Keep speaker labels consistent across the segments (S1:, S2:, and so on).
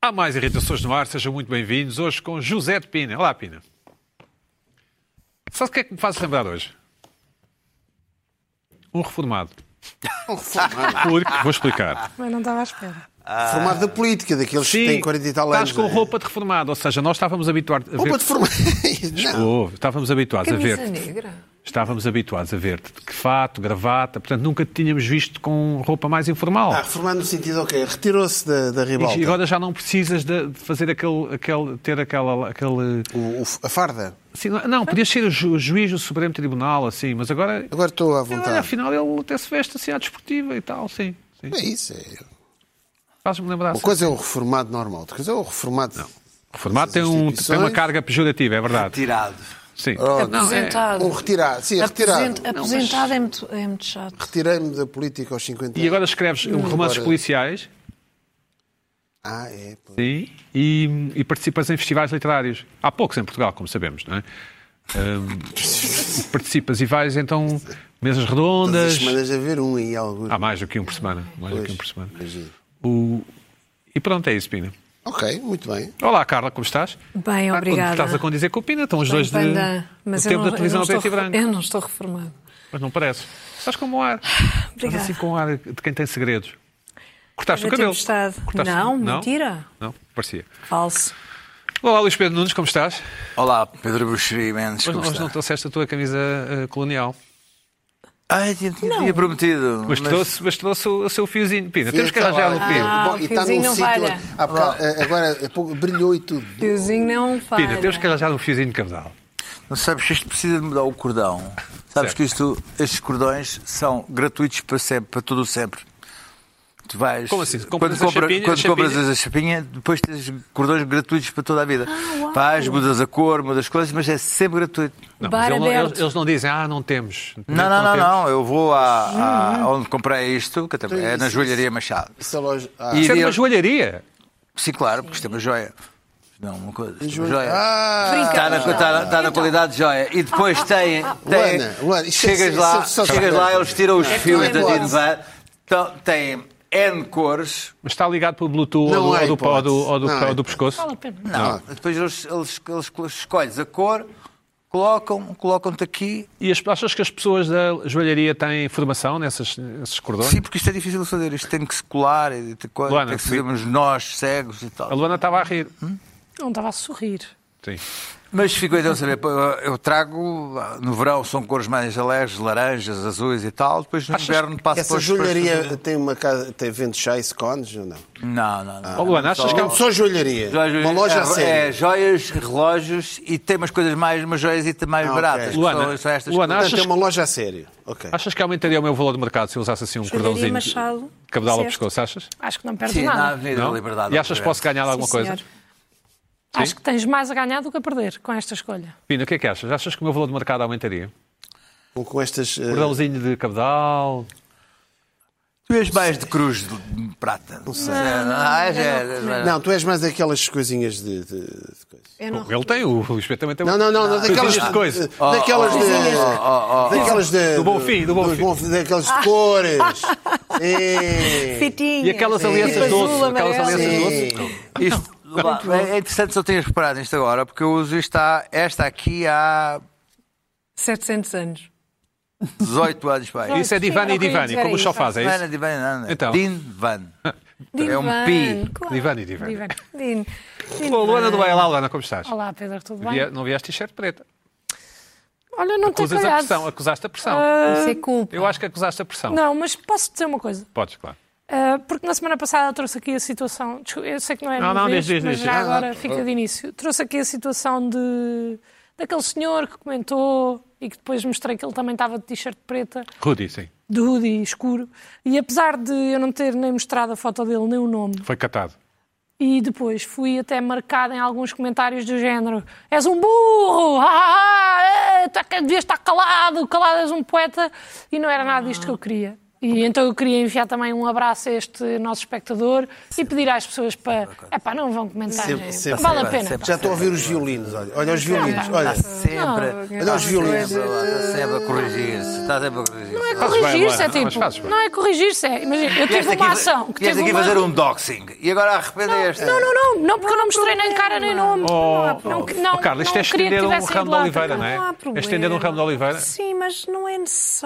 S1: Há mais irritações no ar, sejam muito bem-vindos. Hoje com José de Pina. Olá, Pina. Sabe o que é que me faz lembrar hoje? Um reformado.
S2: Um
S1: Porque, vou explicar.
S3: Mas não estava à espera.
S2: Formado da política, daqueles que têm 40 e tal anos. é?
S1: estás com roupa de reformado, ou seja, nós estávamos habituados a ver.
S2: Roupa de formado. Não.
S1: Oh, estávamos habituados a
S3: Camisa
S1: ver.
S3: negra.
S1: Estávamos habituados a ver-te de fato, gravata, portanto nunca te tínhamos visto com roupa mais informal.
S2: Ah, reformado no sentido, ok, retirou-se da, da ribalta.
S1: E agora já não precisas de de fazer aquele, aquele ter aquela, aquele...
S2: O- o- a farda.
S1: Sim, não- não, podias ser o ju- o juiz do Supremo Tribunal, assim, mas agora...
S2: Agora estou à
S1: Ele, olha,
S2: vontade.
S1: afinal, ele até se veste assim à desportiva e tal, sim. sim.
S2: É isso. É...
S1: Faz-me lembrar...
S2: Uma
S1: assim.
S2: coisa é o reformado normal, outra coisa é o reformado.
S1: O formato tem, um, tem uma
S2: instituições-
S1: carga pejorativa, é verdade.
S4: Tirado.
S1: Sim.
S2: Pronto.
S1: Não, é-
S3: Aposentado.
S2: Um retirado. Sim, é retirado.
S3: Aposent- Aposentado é, muito, é muito chato.
S2: Retirei-me da política aos 50 anos.
S1: E agora escreves um romances
S2: Hum. Agora-
S1: policiais
S2: Ah, é. pô.
S1: sim, e, e participas em festivais literários. Há poucos em Portugal, como sabemos, não é? Ahm, participas e vais, então, mesas
S2: Todas as
S1: redondas...
S2: semanas a ver um e algo.
S1: Há mais do que um por semana. Mais do que um por semana.
S2: Imagino.
S1: O- E pronto, é isso, Pina.
S2: Ok, muito bem.
S1: Olá, Carla, como estás?
S3: Bem,
S1: Ah,
S3: obrigada.
S1: Quando estás a condizer com o Pina, estão os dois de...
S3: Bem, bem,
S1: no
S3: mas eu
S1: tempo
S3: não-
S1: da
S3: eu
S1: televisão
S3: não estou
S1: preto e
S3: re-
S1: branco.
S3: Eu não estou reformado.
S1: Mas não parece. Estás com um ar. Estás
S3: Obrigada.
S1: assim com um ar de quem tem segredos. Cortaste
S3: Da
S1: o cabelo.
S3: tempestade.
S1: Cortaste-
S3: Não, mentira.
S1: Não, parecia.
S3: Falso.
S1: Olá, Luís Pedro Nunes, como estás?
S4: Olá, Pedro Buxeri
S1: Hoje,
S4: Mendes, como
S1: hoje
S4: está?
S1: não trouxeste a tua camisa eh, colonial.
S4: Ah, eu tinha, tinha- tinha prometido.
S1: Mas, trouxe, mas trouxe o, o seu fiozinho. Pina, temos que
S4: tá
S2: Fica
S1: arranjar
S2: lá.
S1: um fio.
S3: Ah,
S2: Bom,
S3: o
S2: e está
S3: fiozinho
S2: num
S3: não
S2: sítio.
S3: falha.
S2: onde- há bocado- Agora há pouco brilhou e tudo.
S3: Tiozinho não falha.
S1: Pina, temos que arranjar um fiozinho de cabedal.
S4: Não sabes que isto precisa de mudar o cordão. Sabes
S1: Certo.
S4: que isto, estes cordões são gratuitos para sempre, para tudo o sempre. Tu vais.
S1: Como assim? Compras
S4: Quando,
S1: a chapinha, a
S4: quando
S1: chapinha?
S4: compras a chapinha, depois tens cordões gratuitos para toda a vida.
S2: Ah,
S4: Vais, mudas a cor, mudas coisas, mas é sempre gratuito.
S1: Não, mas
S3: Bar
S1: ele não-
S3: aberto.
S1: eles, eles não dizem, ah, não temos.
S4: Não, não, não,
S1: temos.
S4: não. Eu vou à, à- onde comprei isto, que também é
S2: Isso,
S4: na
S2: isso.
S4: joalharia Machado.
S2: Isso é loja. Ah,
S4: E-
S1: Isso é de uma
S4: Iria-
S1: joalharia.
S4: Sim, claro, porque isto é uma joia. Não, uma coisa. Isto é uma
S2: joia.
S4: joia.
S2: Ah,
S4: Está Tá, na, está na- está na qualidade de joia. E depois tem. tem
S2: Luana, Luana, isto é-
S4: chegas
S2: isto é-
S4: lá,
S2: isto é só-
S4: chegas lá, eles tiram os fios da
S2: não é
S4: Dinvar. Então, Tem N cores.
S1: Mas está ligado pelo Bluetooth
S2: Não
S1: ou do,
S2: é
S1: ou do, ou do, ou do-
S2: hipótese. Não é
S1: ou do pescoço?
S3: Vale a pena.
S2: Ah.
S4: Não. Depois eles, eles, eles escolhes a cor, colocam, colocam-te aqui.
S1: E as, achas que as pessoas da joalharia têm formação nessas, nesses cordões?
S4: Sim, porque isto é difícil de fazer. Isto tem que se colar e tem, coisa,
S1: Luana,
S4: tem que
S1: sim.
S4: fazer uns nós cegos e
S1: A
S4: tal.
S1: Luana estava a rir.
S2: Hum?
S3: Não estava a sorrir.
S1: Sim.
S4: Mas ficou então a saber. pô, Eu trago, no verão são cores mais alegres, laranjas, azuis e tal. Depois no inverno passa
S2: Essa
S1: é?
S2: joalharia tem uma casa, tem vende chá e scones ou não?
S4: Não, não, não.
S1: Ó, Luana, achas que é um há-
S2: Não, só joalharia.
S4: Joias-
S2: Uma loja a
S4: é, é,
S2: sério.
S4: joias, relógios e tem umas coisas mais, umas joias e tem mais
S2: Ah, ok.
S4: baratas. que
S1: Luana,
S4: são- são estas
S1: Luana,
S4: coisas.
S2: Portanto,
S1: achas
S2: é uma loja a sério. Ok.
S1: Achas que aumentaria o meu valor de mercado se eu usasse assim um
S3: Joalharia
S1: cordãozinho
S3: Machado,
S1: de cabedal ao
S3: certo.
S1: pescoço, achas?
S3: Acho que não perdes
S4: Sim, na
S3: nada.
S4: Avenida da Liberdade.
S1: E achas que posso ganhar alguma
S3: Sim,
S1: coisa?
S3: senhor. Acho que tens mais a ganhar do que a perder com esta escolha.
S1: Pina, o que é que achas? Achas que o meu valor de mercado aumentaria?
S2: Com, com estas. eh,
S1: Cordãozinho de cabedal.
S4: Tu és mais de cruz de prata. Não sei. Ah, já-
S2: Não, tu és mais daquelas coisinhas de. de- de coisa.
S3: Eu não.
S1: Ele tem, o Luís Pedro também tem. um-
S2: Não, não, não, não, daquelas.
S1: Ah, Coisinhas de coisa. Oh,
S2: de- Daquelas de. Daquelas de.
S1: Do bom fim, do bom
S2: dos
S1: fim.
S2: Daquelas
S3: Ah.
S2: de cores. Sim.
S3: Fitinhas.
S1: E aquelas alianças
S3: Azul,
S1: doces? Aquelas
S3: amarelo.
S1: alianças
S2: Sim.
S1: doces?
S4: Isto, Vá, é é interessante se eu tenhas reparado isto agora, porque eu uso isto há, esta aqui há
S3: 700 anos.
S4: 18 anos. Pai.
S1: Isso é divani e
S3: Eu queria
S1: divani,
S3: dizer
S1: como os
S3: isso.
S1: sofás, é isso?
S4: Divana, Divana, não, não.
S1: Então.
S4: Din Van. É um pi.
S3: claro.
S1: Divani, divani.
S3: Din. Din
S1: Olá, Luana do
S3: Van.
S1: Baila, Luana, como estás?
S3: Olá, Pedro, tudo bem?
S1: Vie- Não vieste t-shirt preta.
S3: Olha, não tenho
S1: Acusas a
S3: calhado.
S1: pressão, então. acusaste a pressão.
S3: Ah,
S5: Isso é culpa.
S1: Eu acho que acusaste a pressão.
S3: Não, mas posso dizer uma coisa.
S1: Podes, claro.
S3: Ah, porque na semana passada eu trouxe aqui a situação. Desculpa, Eu sei que não é a
S1: Não,
S3: minha
S1: não,
S3: vez,
S1: diz, diz,
S3: mas
S1: diz.
S3: já
S1: Ah,
S3: agora fica de início. Trouxe aqui a situação de daquele senhor que comentou e que depois mostrei que ele também estava de t-shirt preta,
S1: Rudy, sim.
S3: de hoodie escuro. E apesar de eu não ter nem mostrado a foto dele nem o nome,
S1: Foi catado.
S3: E depois fui até marcada em alguns comentários do género: és um burro, Eh, ah, ah, ah, tu é que devias estar calado, calado és um poeta. E não era nada disto que eu queria. E então eu queria enviar também um abraço a este nosso espectador e pedir às pessoas para. É pá, não vão comentar.
S2: Sempre,
S3: né?
S2: sempre.
S3: vale a
S4: Sempre,
S3: pena. Tá
S4: sempre.
S3: pá.
S2: Já estou a ouvir os violinos, olha. Olha os violinos, olha.
S4: Está sempre,
S2: Olha os violinos.
S4: está sempre a corrigir-se. Está sempre a corrigir-se.
S3: Não é
S1: bem,
S3: corrigir-se, é
S1: Luana, mas fazes
S3: tipo.
S1: bem.
S3: Não é corrigir-se, é. Imagina, eu tive uma ação. que
S4: Vieste
S3: teve
S4: aqui
S3: uma-
S4: fazer um doxing e agora arrepende esta.
S3: Não, não, não, não, porque eu não mostrei nem cara nem nome.
S1: Oh,
S3: não, não, não,
S1: oh, Carla, isto
S3: não
S1: é
S3: queria que
S1: estender um
S3: tivesse ido
S1: ramo de
S3: lá
S1: oliveira, não
S3: também.
S1: é?
S5: Não há
S1: É
S5: problema.
S1: estender um ramo de oliveira.
S5: Sim, mas não é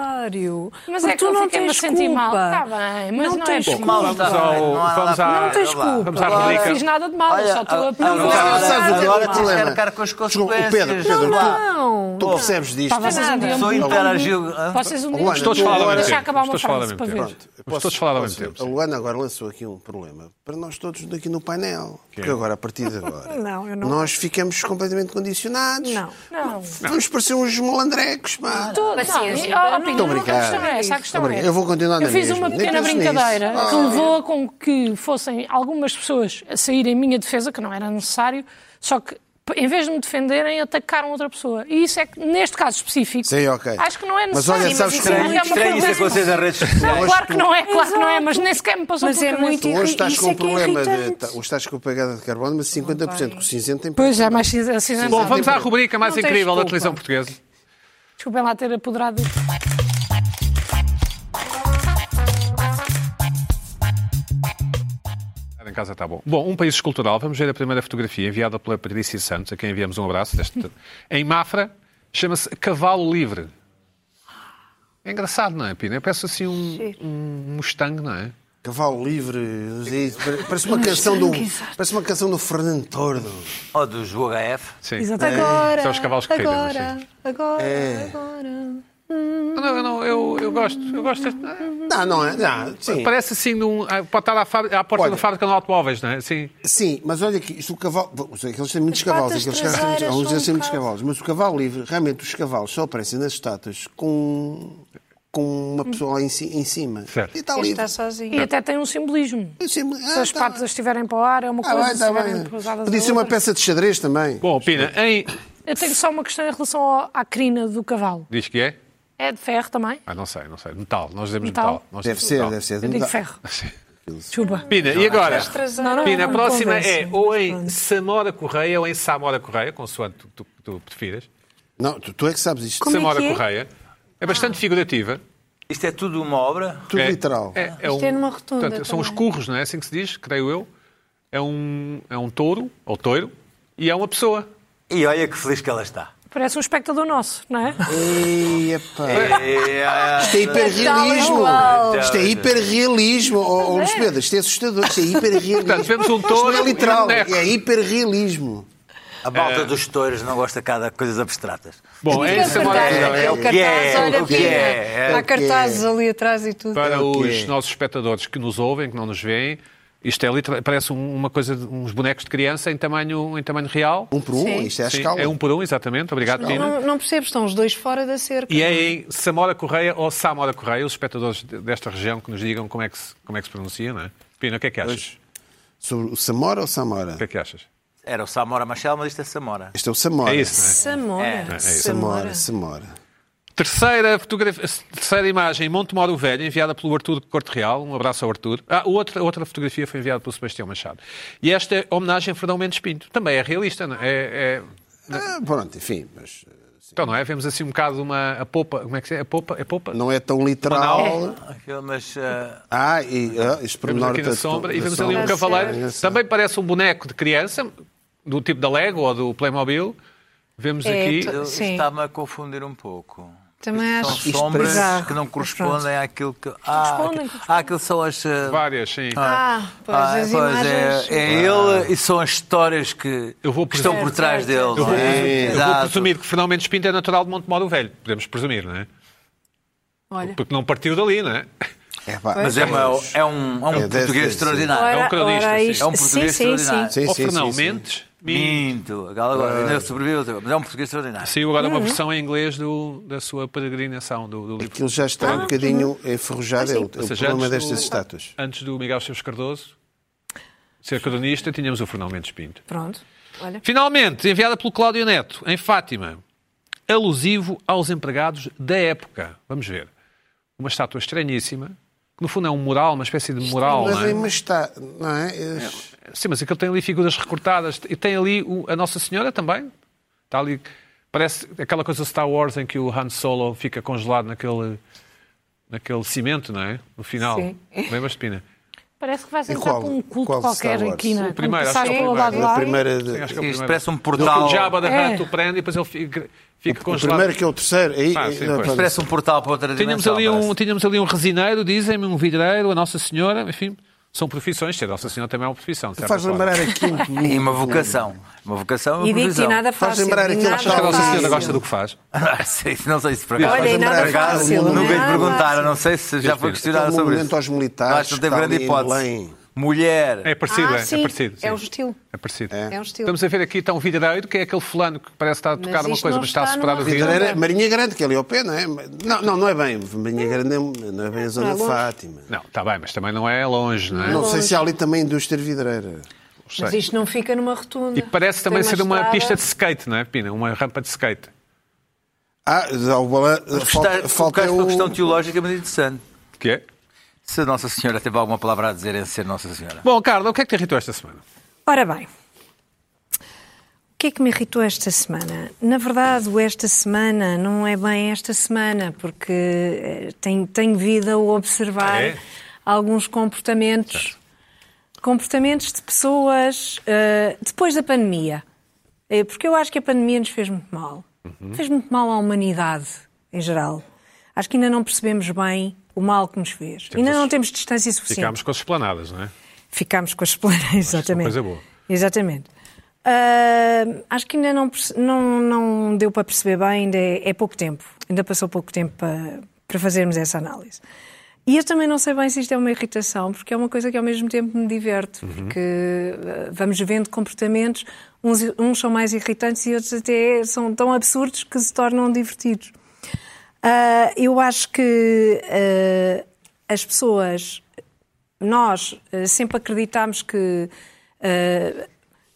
S5: necessário.
S3: Mas
S5: Porque
S3: é que
S5: tu
S3: eu
S5: não
S3: fiquei-me a
S5: tens
S3: sentir
S5: culpa.
S3: mal. Tá bem, mas não é
S5: tens
S3: culpa.
S5: culpa.
S1: Vamos ao-
S4: Não há nada
S1: vamos
S4: a
S1: à-
S4: falar.
S5: Não tens
S4: Vá lá.
S5: culpa.
S1: Vamos à
S3: Eu não
S1: rubrica.
S3: fiz nada de mal, eu só estou a
S2: agora-
S3: promover.
S2: sabes o que é o
S4: Agora tens de
S2: problema?
S4: arcar um com as
S2: Desculpa,
S4: consequências.
S2: o Pedro, Pedro,
S4: Vá.
S5: Não.
S2: Tu percebes disto?
S3: Pá, vocês um dia
S4: Só
S3: me-
S4: interagiu, hã?
S3: Vocês um dia
S2: Olá,
S3: me-
S1: Todos falam ao mesmo
S3: Deixa
S1: tempo.
S3: acabar uma
S1: Todos falam ao
S3: frase
S1: mesmo
S3: para
S1: tempo.
S3: ver.
S1: Pronto. Todos falam ao mesmo
S2: posso-
S1: tempo,
S2: A
S1: sim.
S2: Luana agora lançou aqui um problema para nós todos daqui no painel. Porque agora, a partir de agora,
S5: Não, eu não-
S2: nós ficamos completamente condicionados.
S5: Não.
S3: Não.
S2: Vamos parecer uns malandrecos, pá.
S3: Tô-
S5: Paciência.
S3: não, oh, Pina,
S5: Estou
S3: não,
S2: a brincar.
S3: A questão é essa, a questão
S2: Estou a brincar.
S3: é-
S2: Eu vou continuar na
S3: Eu fiz
S2: mesma.
S3: uma
S2: Nem
S3: pequena
S2: penso nisso.
S3: brincadeira que
S2: Ah.
S3: levou a com que fossem algumas pessoas a sair em minha defesa, que não era necessário, só que p- em vez de me defenderem, atacaram outra pessoa. E isso é que, neste caso específico,
S2: Sim, ok.
S3: acho que não é
S2: Mas
S3: necessário.
S2: olha, sabes
S5: mas
S2: que
S5: isso é
S2: hoje
S5: muito
S3: uma
S4: Estranho isso
S3: coisa-
S4: acontecer nas redes
S3: Não,
S4: sociais.
S3: claro que não é, claro que não é, mas nem sequer me passou
S5: Mas
S3: pela
S5: é
S3: cabeça.
S5: muito
S2: hoje estás
S5: Isso
S2: com
S5: é
S2: um
S5: que é
S2: problema de.
S5: irritante.
S2: tá- Hoje estás com pegada de carbono, mas 50%, que o cinzento tem
S3: Pois é, mais cinza- cinza-
S1: Bom, vamos à rubrica mais
S3: Não tens
S1: incrível da
S3: culpa.
S1: televisão portuguesa.
S3: Desculpem lá ter apoderado.
S1: Em casa está bom. Bom, um país escultural. Vamos ver a primeira fotografia enviada pela Patrícia Santos, a quem enviamos um abraço. deste- Em Mafra, chama-se Cavalo Livre. É engraçado, não é, Pina? Eu peço assim um, um Mustang, não é?
S2: Cavalo livre, é isso, parece uma canção
S5: é
S2: do. Parece uma canção do Fernando Tordo.
S4: Ou dos UHF.
S1: Sim.
S5: Exato, agora.
S1: São os cavalos que
S5: agora,
S1: cuidam, sim.
S5: agora,
S2: É.
S5: agora.
S1: Não, não, não, eu, eu gosto. Eu gosto deste-
S2: Não, não é? Não, sim.
S1: Parece assim, num, ah, pode estar à, fábrica- à porta
S2: Olha.
S1: da fábrica de automóveis, não é? Sim.
S2: Sim, mas olha aqui, isto o cavalo. Aqueles têm muitos
S5: As
S2: cavalos,
S5: patas
S2: aqueles carros têm muitos-
S5: traseiras
S2: há uns
S5: são
S2: deles têm muitos
S5: um bocado-
S2: cavalos, mas o cavalo livre, realmente os cavalos só aparecem nas estátuas com, com uma pessoa lá em, ci- em cima.
S1: Certo.
S2: E está
S5: Ele
S2: livre.
S5: está sozinho.
S3: E até tem um simbolismo.
S2: Em cima.
S3: Se
S2: Ah,
S3: as
S2: tá
S3: patas
S2: bem.
S3: estiverem para o ar, é uma
S2: Ah,
S3: coisa.
S2: bem,
S3: se
S2: tá
S3: estiverem
S2: bem.
S3: pousadas
S2: Podia
S3: na
S2: ser uma
S3: outra.
S2: peça de xadrez também.
S1: Bom, Pina, em...
S3: Eu tenho só uma questão em relação ao- à crina do cavalo.
S1: Diz que é?
S3: É de ferro também?
S1: Ah, não sei, não sei. Metal, nós dizemos
S3: Metal.
S1: metal. Nós
S2: Deve
S1: dizemos
S2: ser,
S1: metal.
S2: deve ser.
S3: Eu digo ferro.
S1: Sim.
S3: Desculpa.
S1: Pina, e agora?
S5: Não, não,
S1: Pina, a
S5: não
S1: próxima
S5: convence.
S1: é ou em Samora Correia ou em Samora Correia, consoante tu, tu, tu prefiras.
S2: Não, tu, tu é que sabes isto.
S5: Como é
S1: Samora
S5: que é? Ah.
S1: Correia. É bastante figurativa.
S4: Isto é tudo uma obra.
S2: Tudo
S1: é,
S2: literal.
S1: É, é
S5: Isto é numa rotunda
S1: são os
S5: também.
S1: curros, não é assim que se diz, creio eu. É um, é um touro, ou toiro, e é uma pessoa.
S4: E olha que feliz que ela está.
S3: Parece um espectador nosso, não é?
S2: Ei, epá.
S4: ah,
S2: Isto é
S5: Não,
S2: hiperrealismo.
S5: não,
S4: não.
S2: Isto é hiperrealismo. Ó, ó, Luís Pedro, isto é assustador. Isto é hiperrealismo.
S1: Portanto, vemos um
S2: Isto
S1: touro
S2: não
S1: e
S2: é
S1: um
S2: literal.
S1: boneco.
S2: É hiperrealismo.
S4: A
S1: É.
S4: malta dos touros não gosta cá de coisas abstratas.
S1: Bom, é em Samora
S5: cartaz,
S1: Correia.
S5: é o
S4: o
S5: cartaz,
S4: que é,
S5: olha,
S4: o que é.
S5: Pina, Há cartazes ali atrás e tudo.
S1: Para
S2: Ok.
S1: os nossos espectadores que nos ouvem, que não nos veem, isto é literal, parece um- uma coisa, de- uns bonecos de criança em tamanho, em tamanho real.
S2: Um por um,
S5: Sim.
S2: isto é a
S1: Sim,
S2: escala.
S1: é um por um, exatamente. Obrigado, Pina.
S5: Não, não percebes, estão os dois fora da cerca.
S1: E é em Samora Correia ou Samora Correia, os espectadores de- desta região que nos digam como é que se, como é que se pronuncia, não é? Pina, o que é que achas?
S2: Sobre o Samora ou Samora?
S1: O que é que achas?
S4: Era o Samora Machel, mas isto é Samora.
S2: Este é o Samora.
S1: É isso,
S5: Samora.
S2: Samora, Samora.
S1: não é? Terceira, fotografia, terceira imagem, Monte Moro Velho, enviada pelo Artur de Corte Real. Um abraço ao Artur. Ah, outra, outra fotografia foi enviada pelo Sebastião Machado. E esta é homenagem a Fernão Mendes Pinto. Também é realista, não é? é? é-
S2: Ah, pronto, enfim, mas
S1: Então, não é? Vemos assim um bocado uma, a popa, como é que se é? A popa? É popa?
S2: não é tão literal.
S4: Aquilo, Mas ah,
S2: Ah, e ah, este
S1: Vemos
S2: pormenor
S1: aqui na
S2: da-
S1: sombra e
S2: da
S1: vemos ali um
S2: sombra.
S1: cavaleiro.
S2: Sim.
S1: Também parece um boneco de criança, do tipo da Lego ou do Playmobil. Vemos
S5: É,
S1: aqui.
S5: tu-
S4: eu- isto
S5: Sim.
S4: está-me a confundir um pouco.
S5: Também
S4: São
S5: acho.
S4: sombras
S5: parece-
S4: que não
S5: Pronto.
S4: correspondem àquilo que. Ah,
S3: Correspondem,
S4: aquilo- ah, aquilo são as. ah,
S1: Várias, sim.
S5: Ah, pois
S4: Ah,
S5: as
S4: pois,
S5: imagens.
S4: é, é ele e são as histórias que,
S1: Ah. Eu vou
S4: que estão
S1: presumir.
S4: por trás dele. Eu
S1: vou
S4: é?
S1: Eu vou presumir que Fernão Mendes Pinto é natural de Montemor o Velho. Podemos presumir, não é?
S5: Olha.
S1: Porque não partiu dali, não é?
S2: É, pá,
S4: Mas é, uma- é um, é um
S2: É, deve
S4: português
S2: ser,
S4: extraordinário.
S1: É um cronista,
S5: ora,
S1: sim.
S5: isto-
S4: É um português
S5: sim, sim, sim.
S4: extraordinário.
S2: Sim,
S1: Ou
S2: sim,
S1: Fernão
S2: sim, sim.
S1: Mendes.
S4: Hum.
S1: Minto.
S4: Minto. Aquela agora ainda sobreviveu, outra vez, mas é um português extraordinário.
S1: Saiu agora
S5: Uhum.
S1: uma versão em inglês do- da sua peregrinação, do, do livro.
S2: Aquilo já
S5: Ah,
S2: está um bocadinho enferrujado. É o, é o
S1: Ou seja,
S2: problema
S1: antes do- Ah,
S2: destas estátuas.
S1: Antes do Miguel Esteves Cardoso ser cronista, tínhamos o Fernão Mendes Pinto.
S5: Pronto. Olha.
S1: Finalmente, enviada pelo Cláudio Neto, em Fátima, alusivo aos empregados da época. Vamos ver. Uma estátua estranhíssima, que no fundo é um mural, uma espécie de mural.
S2: Mas,
S1: não é?
S2: aí, mas está, não é? Eles-
S1: Sim, mas aquilo tem ali figuras recortadas. E tem ali o- a Nossa Senhora também. Está ali. Parece aquela coisa de Star Wars em que o Han Solo fica congelado naquele, naquele cimento, não é? No final.
S5: Sim.
S1: Lembras, Pina?
S3: Parece que vai ser
S2: qual?
S3: um culto
S2: Qual Star
S3: qualquer
S2: Wars?
S3: aqui, não é?
S1: O primeiro,
S3: Quando
S1: acho que é o
S3: sai pelo
S1: primeiro.
S3: lado de lá,
S2: A primeira, de-
S1: Acho que é o
S4: Isto
S1: primeiro.
S4: parece um
S1: O
S4: portal.
S1: Jabba da
S3: É.
S1: Hutt o prende e depois ele fica, fica
S2: o
S1: congelado.
S2: primeiro que é o terceiro. Aí,
S1: Ah, sim, pois.
S4: Parece um portal para outra
S1: Tínhamos
S4: dimensão.
S1: ali, um,
S4: parece.
S1: tínhamos ali um resineiro, dizem-me, um vidreiro, a Nossa Senhora, enfim, são profissões. Sim, A Nossa Senhora também é uma profissão. de certa
S2: Faz
S1: forma.
S2: lembrar aqui um-
S4: E uma vocação. Uma vocação e uma
S5: E digo-te
S4: previsão.
S5: nada
S2: Faz
S5: fácil.
S2: lembrar aquele
S5: nada
S2: Acho
S1: Acho que a Nossa
S5: fácil.
S1: Senhora gosta do que faz.
S4: Sim, não sei se por acaso.
S5: Olha, e nada
S4: Por acaso,
S5: fácil, é?
S4: Nunca lhe
S5: nada
S4: perguntaram,
S5: fácil.
S4: não sei se já foi questionado
S2: aquele
S4: sobre
S2: é um monumento
S4: isso.
S2: aos militares
S4: Acho que não teve
S2: que está
S4: grande
S2: ali em
S4: hipótese.
S2: Belém.
S4: Mulher.
S1: É parecido,
S5: Ah,
S1: é,
S5: sim,
S1: é parecido.
S5: é o
S1: sim.
S5: estilo.
S1: É parecido.
S5: É um estilo.
S1: Estamos a ver aqui, está um vidreiro, que é aquele fulano que parece estar a tocar uma
S5: isto
S1: coisa,
S5: não
S1: mas está a
S5: está
S1: superar o
S5: numa
S1: rio.
S2: Era- era
S5: Não.
S2: Marinha Grande, que é ali ao pé, não é? Não, não, não é bem. Marinha Grande é- não é bem a zona
S5: Não é
S2: de
S5: longe.
S2: Fátima.
S1: Não, está bem, mas também não é longe, não é?
S2: Não sei se há ali também indústria vidreira.
S5: Mas
S1: sei.
S5: isto não fica numa rotunda.
S1: E parece
S5: Tem
S1: também ser uma
S5: estrada.
S1: pista de skate, não é, Pina? Uma rampa de skate.
S2: Ah, há o balan... falta,
S4: Está- Colocaste
S2: falta
S4: uma
S2: o...
S4: questão teológica é muito interessante.
S1: Que é?
S4: Se a Nossa Senhora teve alguma palavra a dizer em ser Nossa Senhora.
S1: Bom, Carla, o que é que te irritou esta semana?
S6: Ora bem, o que é que me irritou esta semana? Na verdade, o esta semana não é bem esta semana, porque eh, tenho, tenho vindo a observar
S1: É?
S6: alguns comportamentos, comportamentos de pessoas eh, depois da pandemia. Eh, Porque eu acho que a pandemia nos fez muito mal.
S1: Uhum.
S6: Fez muito mal à humanidade, em geral. Acho que ainda não percebemos bem o mal que nos fez. ainda não
S1: as-
S6: temos distância suficiente
S1: Ficámos com as esplanadas, não é?
S6: ficámos com as planas, exatamente.
S1: coisa é boa.
S6: Exatamente. Ah, acho que ainda não, perce- não, não deu para perceber bem, ainda é, é pouco tempo, ainda passou pouco tempo para, para fazermos essa análise. E eu também não sei bem se isto é uma irritação, porque é uma coisa que ao mesmo tempo me diverte,
S1: Uhum.
S6: porque ah, vamos vendo comportamentos, uns, uns são mais irritantes e outros até são tão absurdos que se tornam divertidos. Ah, eu acho que ah, as pessoas nós eh, sempre acreditámos que eh,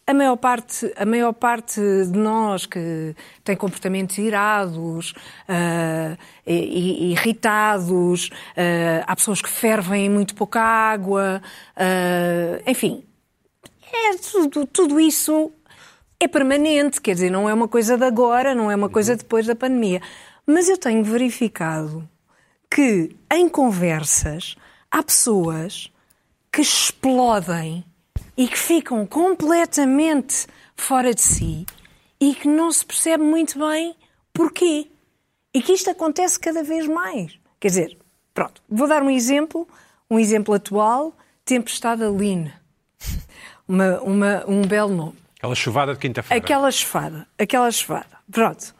S6: a maior parte a maior parte de nós que tem comportamentos irados eh, e- e- irritados eh, há pessoas que fervem em muito pouca água eh, enfim é tudo, tudo isso é permanente, quer dizer, não é uma coisa de agora, não é uma coisa depois da pandemia. Mas eu tenho verificado que em conversas há pessoas que explodem e que ficam completamente fora de si e que não se percebe muito bem porquê. E que isto acontece cada vez mais. Quer dizer, pronto, vou dar um exemplo, um exemplo atual, Tempestade Aline. Uma, uma, um belo nome.
S1: Aquela chuvada de quinta-feira.
S6: Aquela esfada, aquela esfada. Pronto.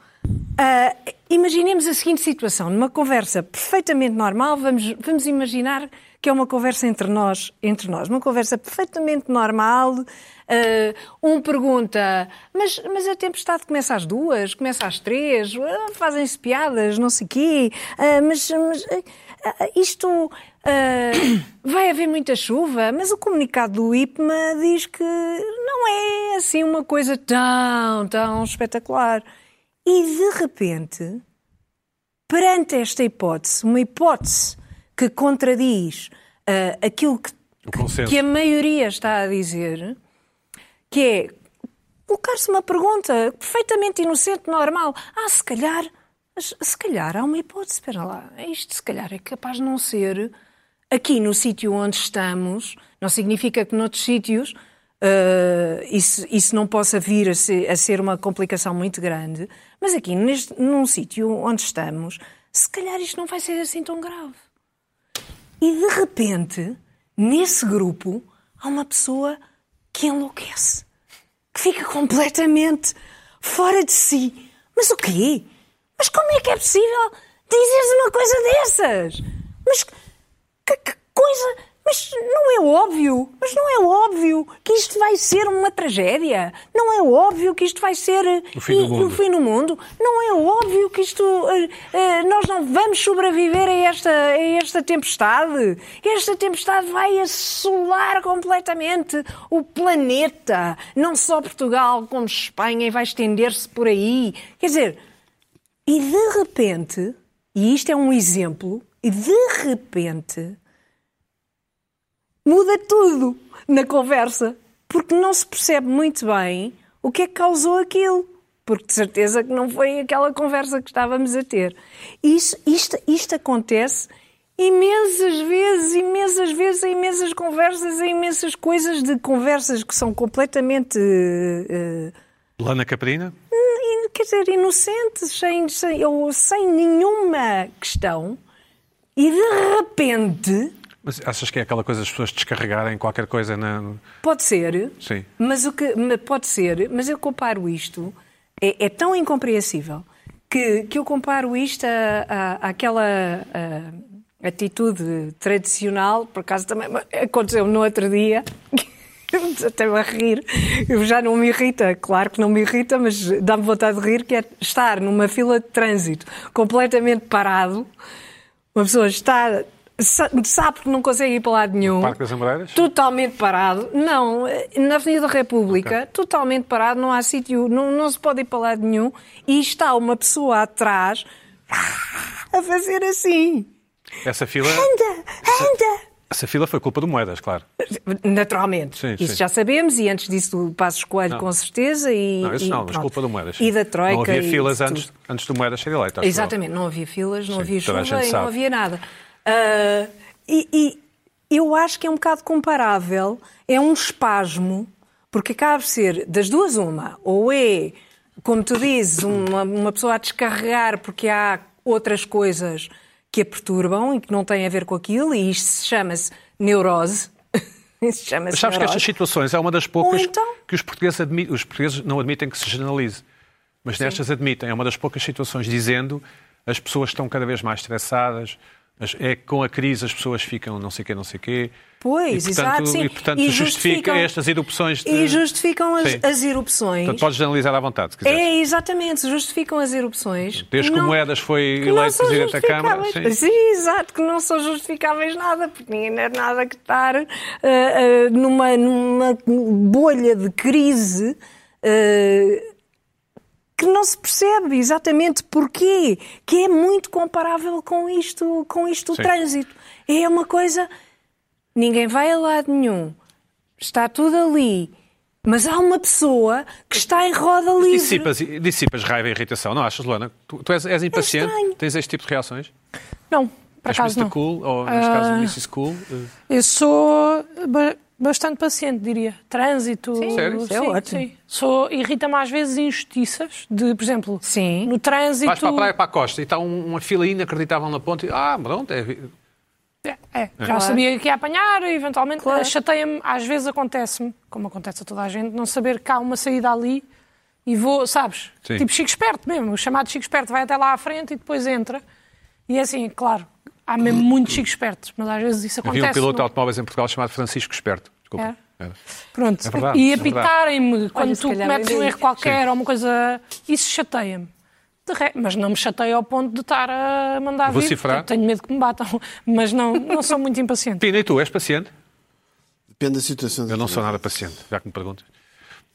S6: Ah, imaginemos a seguinte situação, numa conversa perfeitamente normal, vamos, vamos imaginar que é uma conversa entre nós, entre nós, uma conversa perfeitamente normal. ah, um pergunta, mas, mas é a tempestade começa às duas, começa às três, ah, fazem-se piadas, não sei quê, ah, mas, mas, ah, ah, isto ah, vai haver muita chuva, mas o comunicado do IPMA diz que não é assim uma coisa tão, tão espetacular. E de repente, perante esta hipótese, uma hipótese que contradiz ah, aquilo que,
S1: O consenso.
S6: que a maioria está a dizer, que é colocar-se uma pergunta perfeitamente inocente, normal. Ah, se calhar, mas se calhar há uma hipótese, espera lá. Isto se calhar é capaz de não ser aqui no sítio onde estamos, não significa que noutros sítios ah, isso, isso não possa vir a ser, a ser uma complicação muito grande, mas aqui neste, num sítio onde estamos, se calhar isto não vai ser assim tão grave. E de repente, nesse grupo, há uma pessoa que enlouquece, que fica completamente fora de si. Mas o quê? Mas como é que é possível dizeres uma coisa dessas? Mas que, que coisa. Mas não é óbvio, mas não é óbvio que isto vai ser uma tragédia. Não é óbvio que isto vai ser eh,
S1: O fim do
S6: e-
S1: mundo.
S6: o fim do mundo. Não é óbvio que isto eh, eh, nós não vamos sobreviver a esta, a esta tempestade. Esta tempestade vai assolar completamente o planeta, não só Portugal como Espanha e vai estender-se por aí. Quer dizer, e de repente, e isto é um exemplo, e de repente muda tudo na conversa, porque não se percebe muito bem o que é que causou aquilo. Porque de certeza que não foi aquela conversa que estávamos a ter. Isso, isto, isto acontece imensas vezes, imensas vezes, em imensas conversas, em imensas coisas de conversas que são completamente eh,
S1: Lana Caprina?
S6: in- quer dizer, inocentes, sem, sem, ou sem nenhuma questão, e de repente,
S1: Mas achas que é aquela coisa das pessoas descarregarem qualquer coisa na.
S6: pode ser,
S1: Sim.
S6: mas o que mas pode ser, mas eu comparo isto, é, é tão incompreensível que, que eu comparo isto à- à- àquela à, atitude tradicional, por acaso também aconteceu no outro dia. Até me a rir, eu já não me irrita, claro que não me irrita, mas dá-me vontade de rir, que é estar numa fila de trânsito completamente parado, uma pessoa está, sa- sabe que não consegue ir para lado nenhum.
S1: Parque das Amoreiras?
S6: Totalmente parado. Não, eh, na Avenida da República, totalmente parado, não há sítio, não, não se pode ir para lado nenhum. E está uma pessoa atrás a fazer assim.
S1: Essa fila.
S6: Anda, anda!
S1: Essa fila foi culpa do Moedas, claro.
S6: Naturalmente.
S1: Sim,
S6: isso
S1: sim.
S6: já sabemos, e antes disso o Passos Coelho,
S1: Não.
S6: com certeza. E,
S1: Não, isso
S6: e
S1: não, mas
S6: pronto.
S1: culpa do Moedas.
S6: E da Troika.
S1: Não havia
S6: e
S1: filas
S6: de
S1: antes,
S6: tudo.
S1: antes do Moedas ser eleito. acho eu.
S6: Exatamente, não havia filas, não
S1: Sim,
S6: havia
S1: toda a
S6: chuva
S1: gente
S6: e
S1: sabe.
S6: não havia nada. Ah, e, e eu acho que é um bocado comparável, é um espasmo, porque acaba de ser das duas uma, ou é, como tu dizes, uma, uma pessoa a descarregar porque há outras coisas que a perturbam e que não têm a ver com aquilo, e isto se chama-se neurose. Isso chama-se
S1: Mas sabes que
S6: neurose.
S1: estas situações é uma das poucas
S6: Ou então-
S1: que os portugueses, admi- os portugueses não admitem que se generalize. Mas nestas admitem. É uma das poucas situações dizendo as pessoas estão cada vez mais estressadas, as- é que com a crise as pessoas ficam não sei quê, não sei quê.
S6: Pois,
S1: e,
S6: exato,
S1: portanto,
S6: sim.
S1: E, portanto,
S6: E
S1: justifica
S6: justificam-
S1: estas erupções de...
S6: E justificam as,
S1: Sim.
S6: as erupções.
S1: Portanto, podes generalizar à vontade, se quiseres.
S6: É, exatamente, se justificam as erupções.
S1: Desde é que o
S6: Não-
S1: Moedas foi
S6: que não
S1: eleito
S6: são
S1: presidente da Câmara.
S6: justificáveis.
S1: sim.
S6: Sim. exato, que não são justificáveis nada, porque ninguém é nada que estar ah, ah, numa, numa bolha de crise ah, que não se percebe exatamente porquê, que é muito comparável com isto, com isto o
S1: Sim.
S6: trânsito. É uma coisa... Ninguém vai a lado nenhum. Está tudo ali. Mas há uma pessoa que está em roda livre.
S1: Dissipas, dissipas raiva e irritação, não achas, Luana? Tu, tu és, és impaciente,
S6: É estranho.
S1: tens este tipo de reações? é?
S3: Não, por
S1: és
S3: acaso
S1: Mr.
S3: não.
S1: Cool, ou neste caso
S3: Ah.
S1: Mrs. Cool? eh,
S3: Eu sou ba- bastante paciente, diria. Trânsito. Sim,
S1: Sério?
S6: Isso é ótimo.
S3: Sou, irrita-me às vezes injustiças, de, por exemplo,
S6: Sim.
S3: no trânsito.
S1: Vais para a praia, para a costa, e está um- uma fila inacreditável na ponte. e- Ah, pronto, é...
S3: É, já sabia que ia apanhar, e eventualmente eh, chateia-me, às vezes acontece-me, como acontece a toda a gente, não saber que há uma saída ali e vou, sabes?
S1: Sim.
S3: Tipo Chico Esperto mesmo, o chamado Chico Esperto vai até lá à frente e depois entra. E é assim, claro, há mesmo muitos Chico Espertos, mas às vezes isso acontece.
S1: havia um piloto de
S3: não- é?
S1: automóveis em Portugal chamado Francisco Esperto. Desculpa. Era.
S3: Pronto,
S1: É verdade,
S3: e
S1: é verdade.
S3: apitarem-me quando
S5: se
S3: tu
S5: calhar
S3: cometes
S5: bem
S3: um
S5: daí.
S3: erro qualquer ou uma coisa, isso chateia-me. De re- Mas não me chateia ao ponto de estar a mandar vir,
S1: Vocifrar?
S3: portanto, tenho medo que me batam, mas não, não sou muito impaciente.
S1: Pina, e tu, és paciente?
S2: Depende da situação.
S1: Eu não sou nada paciente, já que me perguntas.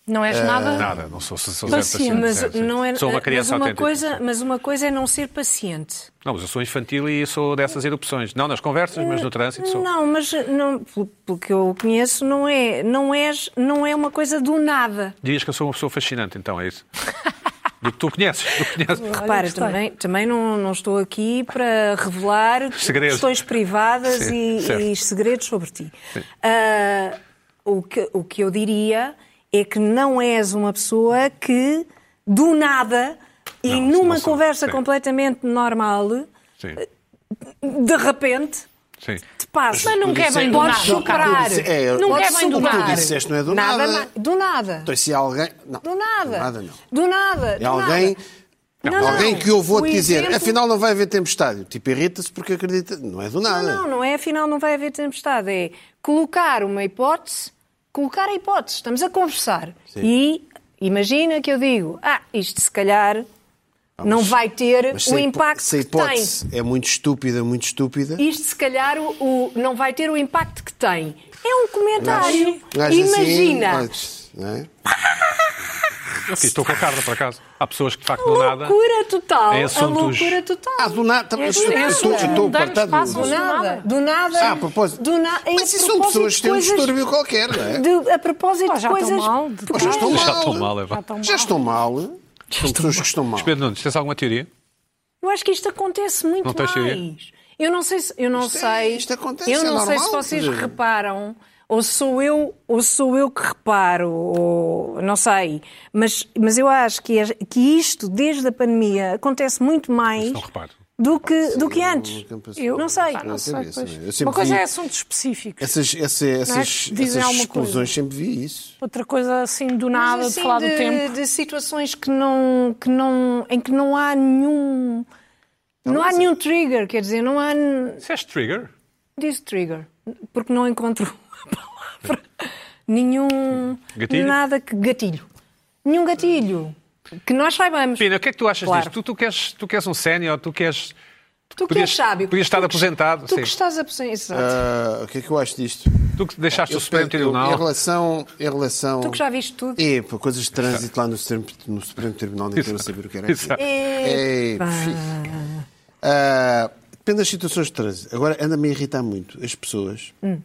S3: Não és nada.
S1: Nada, Eh, não sou, sou, sou zero
S6: Paciente,
S1: paciente.
S6: mas
S1: zero, sim.
S6: não é.
S1: Sou uma criança
S6: mas uma
S1: autêntica.
S6: coisa, mas uma coisa é não ser paciente.
S1: Não, mas eu sou infantil e sou dessas erupções. Não nas conversas, mas no trânsito sou.
S6: Não, mas não, pelo pelo que eu conheço, não é, não és, não é uma coisa do nada.
S1: Dirias que eu sou uma pessoa fascinante, então, é isso? Do que tu conheces, do que conheces.
S6: Repara,
S3: gostei.
S6: também, também não, não estou aqui para revelar
S1: Segredos.
S6: questões privadas
S1: Sim,
S6: e-
S1: certo.
S6: e, segredos sobre ti. Ah, o, que, o que eu diria é que não és uma pessoa que, do nada, e
S1: Não,
S6: numa
S1: não sou.
S6: conversa
S1: Sim.
S6: completamente normal,
S1: Sim,
S6: de repente,
S1: sim.
S6: te passa.
S3: Mas não quer bem do
S6: Podes
S3: nada.
S6: superar.
S2: É,
S3: Não
S2: pode
S3: é bem
S2: ser
S3: do
S2: o que
S3: nada.
S2: tu disseste, não é do nada.
S6: Nada, na- do nada.
S2: Então, se há alguém. Não,
S6: Do nada.
S2: Do nada, não.
S6: Do nada.
S2: É alguém. é
S6: Não,
S2: alguém
S6: não.
S2: que eu vou
S6: O
S2: te dizer,
S6: exemplo-
S2: afinal não vai haver tempestade. Tipo, irrita-se porque acredita. Não é do nada.
S6: Não, não, não é afinal não vai haver tempestade. É colocar uma hipótese, colocar a hipótese. Estamos a conversar. E imagina que eu digo, ah, isto se calhar não vai ter
S2: Mas
S6: o
S2: se a hipo-
S6: impacto
S2: se a
S6: que tem.
S2: hipótese é muito estúpida, muito estúpida.
S6: Isto se calhar o, o- não vai ter o impacto que tem. É um comentário.
S2: assim, Um gajo assim,
S6: Imagina.
S2: pode- não é?
S1: E estou com a Carla para casa. Há pessoas que de facto não nada.
S6: Loucura total.
S1: É
S6: a
S1: assuntos-
S6: loucura total.
S2: Ah, do nada.
S6: É
S2: Eu estou- eu estou- eu estou
S3: Mudamos
S2: apartado.
S3: passo.
S5: Do nada. Do nada.
S2: Ah, a propósito.
S5: Do na... é
S2: Mas
S5: a
S2: isso são
S5: propósito
S2: pessoas
S5: de
S2: que têm um
S5: coisas-
S2: distúrbio qualquer, não é?
S6: De- a propósito
S3: Ah,
S6: de
S3: já estão
S6: coisas.
S3: mal, de-
S6: porque-
S2: Já estão
S1: Já
S2: mal.
S1: estão mal, é
S3: Já
S1: verdade.
S3: estão
S2: Já
S3: mal.
S2: estão mal. São pessoas que estão mal.
S1: Pedro Nunes, tens alguma teoria?
S6: Eu acho que isto acontece muito
S1: Não tens teoria?
S6: mais. Eu não sei se eu não
S2: é-
S6: sei.
S2: isto acontece,
S6: eu
S2: é
S6: não sei
S2: normal,
S6: se vocês
S2: quer dizer.
S6: reparam ou sou eu ou sou eu que reparo ou não sei. Mas mas eu acho que é- que isto desde a pandemia acontece muito mais
S1: Não reparo.
S6: do que do que antes.
S1: assim.
S3: Eu-
S6: não sei.
S3: Pá, não sei,
S2: cabeça,
S3: pois.
S2: não é? Eu sempre
S3: Uma coisa
S2: vi-
S3: é assuntos específicos.
S2: Essas, essa- essas,
S3: dizem
S2: essas
S3: alguma coisa.
S2: explosões, sempre vi isso.
S3: Outra coisa assim do
S6: Mas,
S3: nada,
S6: assim,
S3: de falar
S6: de-
S3: do tempo.
S6: de situações que não que não em que não há nenhum não há
S1: é-
S6: nenhum trigger, quer dizer, não há
S1: Se és trigger,
S6: Diz trigger, porque não encontro a palavra. Nenhum.
S1: Gatilho?
S6: Nada que. Gatilho. Nenhum gatilho. Que nós saibamos.
S1: Pina, o que é que tu achas
S6: Claro.
S1: disto? Tu, tu, queres, tu queres um sénior, tu queres.
S6: tu que
S1: podias-
S6: és sábio.
S1: podias estar
S6: tu que-
S1: aposentado,
S6: Tu
S1: sim.
S6: que estás aposentado.
S2: Ah, o que é que eu acho disto?
S1: Tu que deixaste o Supremo
S2: penso- Em
S1: Tribunal.
S2: relação, em relação...
S6: Tu que já viste tudo.
S2: É, pá, coisas de trânsito lá no Supremo, no Supremo Tribunal, nem quero saber o que era aquilo.
S1: Exato.
S2: É, fixe. Ah, Depende das situações de trânsito. Agora, anda-me a irritar muito as pessoas.
S6: Hum.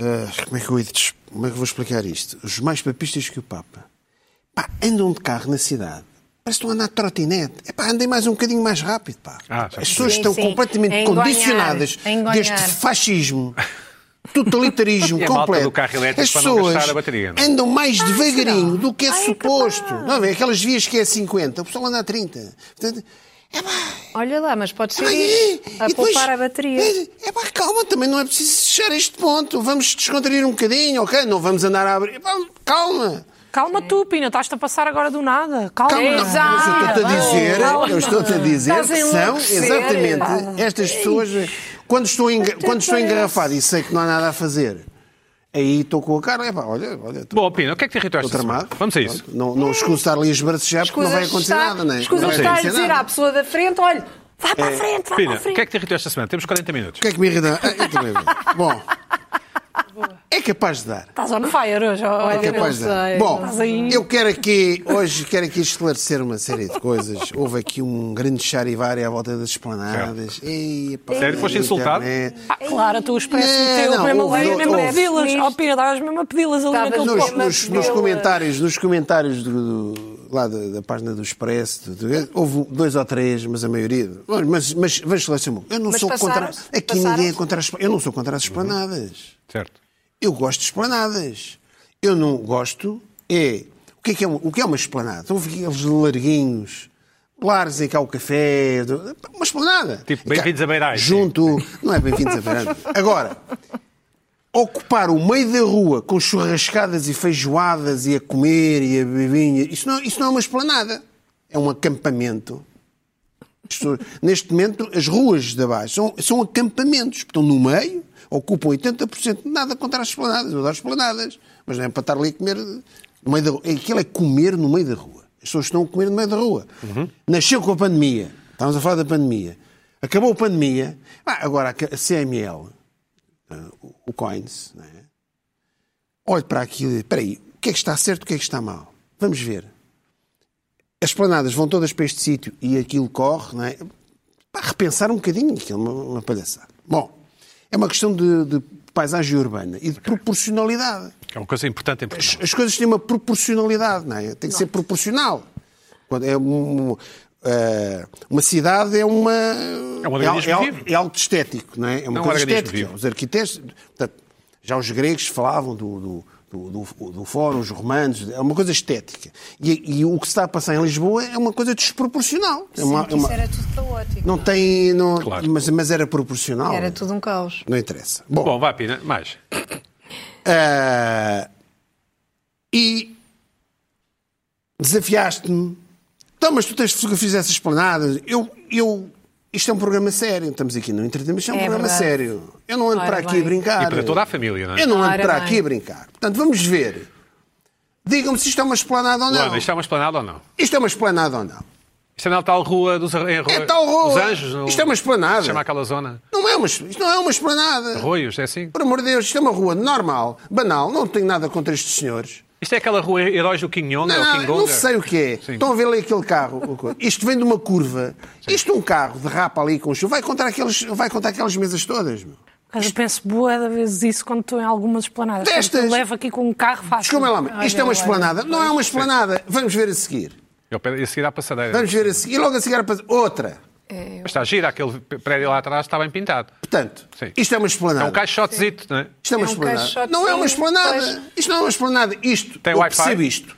S2: Ah, como, é que eu, hei de des- como é que eu vou explicar isto? Os mais papistas que o Papa. Pá, andam de carro na cidade. Parece que estão a andar de trotinete. É pá, andem mais um bocadinho mais rápido, pá.
S1: Ah,
S2: As
S1: já
S2: pessoas
S6: Sim,
S2: estão
S6: sim.
S2: completamente
S6: A engonhar,
S2: condicionadas
S6: a engonhar.
S2: deste fascismo, totalitarismo
S1: E a malta
S2: completo.
S1: do carro elétrico
S2: As
S1: para não gastar
S2: pessoas
S1: a bateria, não é?
S2: andam mais devagarinho do que é
S6: Ah, Ai,
S2: suposto.
S6: capaz.
S2: Não, é? aquelas vias que é 50, o pessoal anda a 30. Portanto, é pá,
S1: Ah.
S5: Olha lá, mas pode ser
S2: Ai,
S5: isto.
S6: a
S2: e depois-
S6: poupar a bateria.
S2: É, é pá, calma, também não é preciso chegar a este ponto. Vamos descontrair um bocadinho, ok? Não vamos andar a abrir. Epá, calma.
S3: Calma tu, Pina, estás-te a passar agora do nada. Calma.
S2: Calma, não, mas eu estou-te a dizer, eu estou-te a dizer
S6: Estás a
S2: que são
S6: enlouquecer.
S2: exatamente estas pessoas. Quando estou, enga- quando estou engarrafado e sei que não há nada a fazer, aí estou com a cara, é pá, olha, olha, estou
S1: Bom, Pina, o que é que te irritou esta
S2: estou
S1: semana?
S2: tramado.
S1: Vamos a isso.
S2: Pronto, Não, não escuso estar ali a esbracejar porque não vai acontecer nada, não é?
S6: Escusa
S2: Não vai
S6: estar a
S2: acontecer
S6: dizer
S5: "Ah,
S2: nada.
S6: à pessoa da frente: olha,
S3: É.
S6: vá para a frente, vá para
S1: Pina,
S6: a
S1: o que
S6: frente.
S1: é que te irritou esta semana? Temos 40 minutos.
S2: O que é que me irrita? Ah, eu também vou. Bom, é capaz de dar.
S3: Estás on fire hoje.
S2: É
S3: Olha,
S2: capaz de
S5: sei,
S2: dar.
S5: não
S2: Bom,
S3: sei.
S2: eu quero aqui, hoje quero aqui esclarecer uma série de coisas. Houve aqui um grande charivari à volta das esplanadas. E, pá,
S1: Sério? Foste insultado?
S2: internet.
S3: Ah, claro, tu o expresso
S2: Não,
S3: meteu
S2: não,
S3: o mesmo
S2: houve,
S3: ali,
S2: houve,
S3: mesmo a
S2: houve.
S3: pedi-las. Oh, Pina, estavas mesmo a pedi-las ali
S5: Estavas
S3: naquele
S5: nos-
S3: ponto.
S2: Nos,
S5: Mas
S2: nos-
S5: deu,
S2: nos
S5: eh,
S2: comentários, nos comentários do, do- lá da, da página do Expresso, do- houve um, dois ou três, mas a maioria. Olha, Mas, mas vamos esclarecer uma coisa. Eu não
S5: Mas
S2: sou contra.
S5: passaram-se?
S2: Aqui
S5: Passaram-se?
S2: ninguém é contra as. Eu não sou contra as esplanadas.
S1: Certo.
S2: Eu gosto de esplanadas. Eu não gosto é. O que é, que é, um- o que é uma esplanada? Houve aqueles larguinhos, lares em que há o café, do- uma esplanada.
S1: Tipo, bem-vindos a Beirais.
S2: Junto. Não é bem-vindos a Beirais. Agora, ocupar o meio da rua com churrascadas e feijoadas e a comer e a bebinha, isso não, isso não é uma esplanada. É um acampamento. As pessoas- Neste momento, as ruas de abaixo são, são acampamentos, estão no meio, ocupam 80%, nada contra as esplanadas, eu adoro esplanadas, mas não é para estar ali a comer no meio da rua. Aquilo é comer no meio da rua. As pessoas estão a comer no meio da rua. Nasceu com a pandemia, estávamos a falar da pandemia. Acabou a pandemia, Ah, agora a CML, ah, o- o Coins, não é? olho para aquilo e digo, espera aí, o que é que está certo, o que é que está mal? Vamos ver as planadas vão todas para este sítio e aquilo corre, não é? Para repensar um bocadinho aquilo, uma, uma palhaçada. Bom, é uma questão de, de paisagem urbana e de proporcionalidade.
S1: É uma coisa importante em Portugal.
S2: As, as coisas têm uma proporcionalidade, não é? Tem que ser proporcional. Quando é um- um, eh, uma cidade é uma. É
S1: um organismo
S2: é, al-
S1: vivo.
S2: é algo estético, não é? É uma
S1: É um
S2: coisa
S1: organismo
S2: estética.
S1: vivo.
S2: Os arquitetos. portanto, já os gregos falavam do, do, do, do, do fórum, os romanos, é uma coisa estética. E, e o que se está a passar em Lisboa é uma coisa desproporcional. É uma- é uma-
S5: Isso era tudo caótico.
S2: não tem. Não,
S1: Claro.
S2: mas, mas era proporcional.
S5: Era tudo um caos.
S2: Não interessa.
S1: Bom, vá, Pina, mais.
S2: Ah, e desafiaste-me. Então, mas tu tens fotografias dessas planadas. Eu, eu, isto é um programa sério. Estamos aqui no entretenimento, isto é um
S5: É
S2: programa
S5: verdade.
S2: sério. Eu não ando
S5: Ora
S2: para aqui
S5: bem.
S2: a brincar.
S1: E para toda a família, não é?
S2: Ah, Eu não ando
S5: Ora
S2: para
S5: bem.
S2: aqui a brincar. Portanto, vamos ver. Digam-me se isto é uma esplanada ou não.
S1: Luana, isto é uma esplanada ou não?
S2: Isto é uma esplanada ou não.
S1: Isto é na tal rua dos em rua,
S2: É tal rua.
S1: Os Anjos? no-
S2: Isto é uma esplanada.
S1: se Chama aquela zona.
S2: Não é uma, isto não é uma esplanada.
S1: Arroios, é assim?
S2: Por amor de Deus, isto é uma rua normal, banal, não tenho nada contra estes senhores.
S1: Isto é aquela rua Heróis do King Yonga ou
S2: Não,
S1: King
S2: não, não
S1: Gonga?
S2: sei o que é.
S1: Sim.
S2: Estão a ver ali aquele carro. o co- Isto vem de uma curva. Isto um carro derrapa ali com chuva. Vai contar aqueles, vai contar aquelas mesas todas, meu.
S3: Mas eu penso boa da vez isso quando estou em algumas esplanadas. Quando
S2: Destas.
S3: eu levo aqui com um carro fácil.
S2: Desculpa lá, mas isto é uma esplanada. Não é uma esplanada. Vamos ver a seguir.
S1: Eu pego- E a seguir à passadeira.
S2: Vamos ver a seguir. E logo a seguir a pas- outra.
S1: Mas está gira, aquele prédio lá atrás está bem pintado.
S2: Portanto,
S1: Sim.
S2: isto é
S1: É
S2: uma esplanada.
S1: um caixotezito, não é?
S2: Isto é uma
S5: É um
S2: esplanada.
S5: caixote
S2: Não é uma
S5: sem-
S2: esplanada. Isto não é uma esplanada. Isto,
S1: Tem
S2: eu
S1: Wi-Fi?
S2: percebo isto.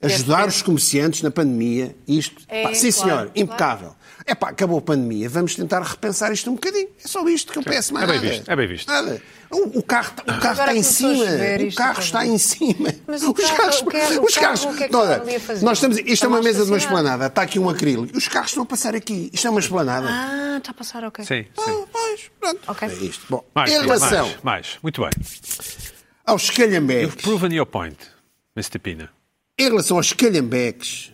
S2: Ajudar os comerciantes na pandemia, isto.
S5: É,
S2: pá, sim,
S5: claro,
S2: senhor,
S5: claro.
S2: impecável. É pá, acabou a pandemia, vamos tentar repensar isto um bocadinho. É só isto que eu peço
S1: é
S2: mais
S1: bem
S2: nada.
S1: visto, é bem visto.
S2: Nada. O, o carro, tá, o carro está em
S5: começou a
S2: cima.
S5: chover,
S2: O
S5: isto
S2: carro
S5: também.
S2: está em cima.
S5: Mas o carro- o que é- o
S2: os
S5: carro,
S2: carros.
S5: o que é que
S2: Olha,
S5: está ali a fazer?
S2: nós estamos, isto
S5: Está
S2: é uma
S5: mal
S2: mesa de uma
S5: estacionado.
S2: esplanada, está aqui um acrílico. Os carros estão a passar aqui. Isto é uma esplanada.
S5: Ah, está a passar, ok.
S1: Sim, sim.
S2: Ah, pois, pronto.
S5: Ok.
S2: É isto. Bom,
S1: Mais,
S2: em
S1: Pedro,
S2: relação
S1: mais, mais. Muito bem.
S2: aos calhambeques.
S1: You've proven your point, Mr. Pina.
S2: Em relação aos calhambeques,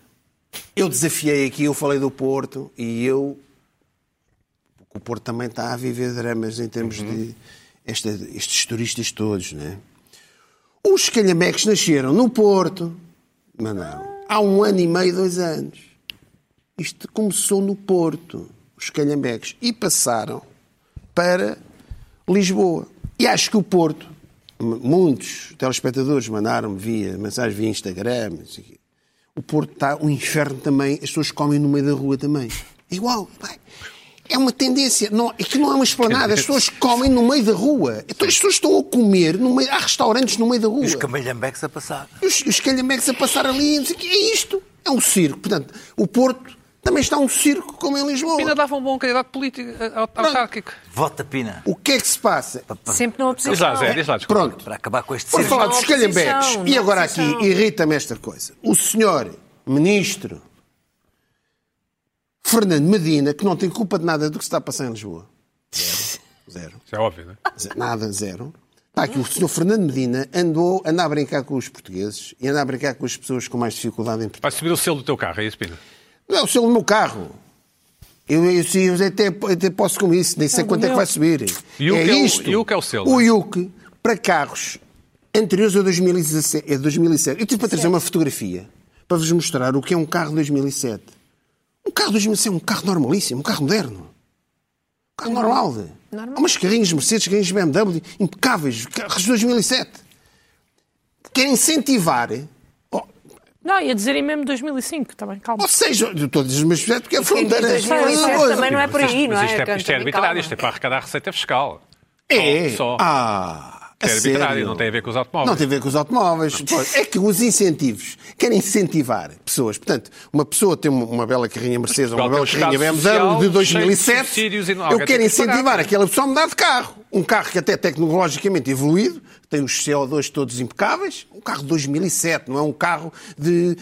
S2: eu desafiei aqui, eu falei do Porto e eu. O Porto também está a viver dramas em termos de esta- estes turistas todos, né? Os calhambeques nasceram no Porto, mas não, há um ano e meio, dois anos. Isto começou no Porto, os calhambeques, e passaram para Lisboa. E acho que o Porto, m- muitos telespectadores mandaram-me via mensagem via Instagram, não sei o quê. o Porto está um inferno também, as pessoas comem no meio da rua também. Igual, pá. É uma tendência, não, é que não é uma esplanada, as pessoas comem no meio da rua. Então as pessoas estão a comer, no meio, há restaurantes no meio da rua.
S4: Os camalhambeques a passar.
S2: E os, os calhambeques a passar ali, não sei o quê. é isto. É um circo. Portanto, o Porto também está um circo como em
S1: Pina
S2: Lisboa.
S1: dava um bom candidato político autárquico.
S4: Vota Pina.
S2: O que é que se passa?
S6: Sempre na
S1: Diz lá,
S6: oposição.
S1: Zé, diz lá. desculpa.
S2: Pronto.
S4: Para acabar com este
S2: Por
S4: circo.
S2: falar dos
S6: oposição,
S2: calhambeques,
S6: não
S2: e agora aqui
S6: oposição.
S2: irrita-me esta coisa. O senhor ministro Fernando Medina, que não tem culpa de nada do que se está a passar em Lisboa. Zero.
S1: Isso é óbvio, não é?
S2: Zero. Nada, zero. Está aqui o senhor Fernando Medina andou, anda a brincar com os portugueses e anda a brincar com as pessoas com mais dificuldade em Portugal.
S1: Vai subir o selo do teu carro, é isso, Pina?
S2: Não, o selo do meu carro. Eu, eu, se- eu até, até posso com isso, nem sei quanto é que vai subir.
S1: Yuke
S2: é
S1: é o-
S2: isto.
S1: Yuke é o selo,
S2: O
S1: né?
S2: IUC, para carros anteriores a 2017, a 2007. Eu tive para trazer uma fotografia para vos mostrar o que é um carro de 2007. Um carro de 2007 é um carro normalíssimo, um carro moderno. Um carro normal. Há umas carrinhos Mercedes, carrinhos BMW impecáveis, carros de 2007. Querem incentivar... Oh,
S3: Não, ia dizer em mesmo 2005 também, tá calma.
S2: ou seja, eu estou a dizer os meus projetos porque é fronteira.
S6: Mas também não é por aí,
S1: Mas
S6: não é?
S1: isto é, isto é
S6: Também calma.
S1: arbitrário, isto é para arrecadar a receita fiscal.
S2: É.
S1: Só.
S2: Ah,
S1: É
S2: a
S1: arbitrário,
S2: sério?
S1: não tem a ver com os automóveis.
S2: Não tem a ver com os automóveis. Pois, É que os incentivos querem incentivar pessoas. Portanto, uma pessoa tem uma, uma bela carrinha Mercedes ou uma bela
S1: Portugal tem um
S2: carrinha
S1: estado social
S2: BMW de
S1: cheio de
S2: 2007.
S1: subsídios e não-
S2: Eu
S1: alguém
S2: quero
S1: tem que pagar.
S2: incentivar aquela pessoa a mudar de carro. Um carro que até é tecnologicamente evoluído, tem os CO2 todos impecáveis. Um carro de 2007, não é um carro de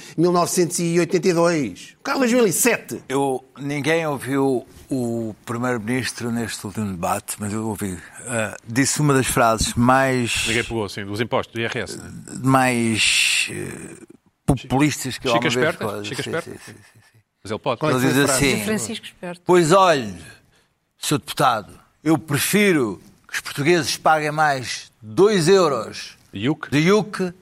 S2: 1982. Um carro de 2007.
S4: Eu, ninguém ouviu o Primeiro-Ministro neste último debate, mas eu ouvi. Ah, disse uma das frases mais,
S1: Ninguém pegou, assim, dos impostos, do IRS. Né?
S4: mais eh, populistas que eu
S1: Chica
S4: alguma vez
S1: esperta?
S4: coisa.
S1: Chica
S4: Sim,
S1: esperta?
S4: sim, sim, sim.
S1: Mas ele pode.
S2: é
S4: Ele diz assim:
S6: Francisco Esperto.
S4: Pois olhe, Sr. Deputado, eu prefiro que os portugueses paguem mais 2 euros
S1: Yuke.
S4: de IUC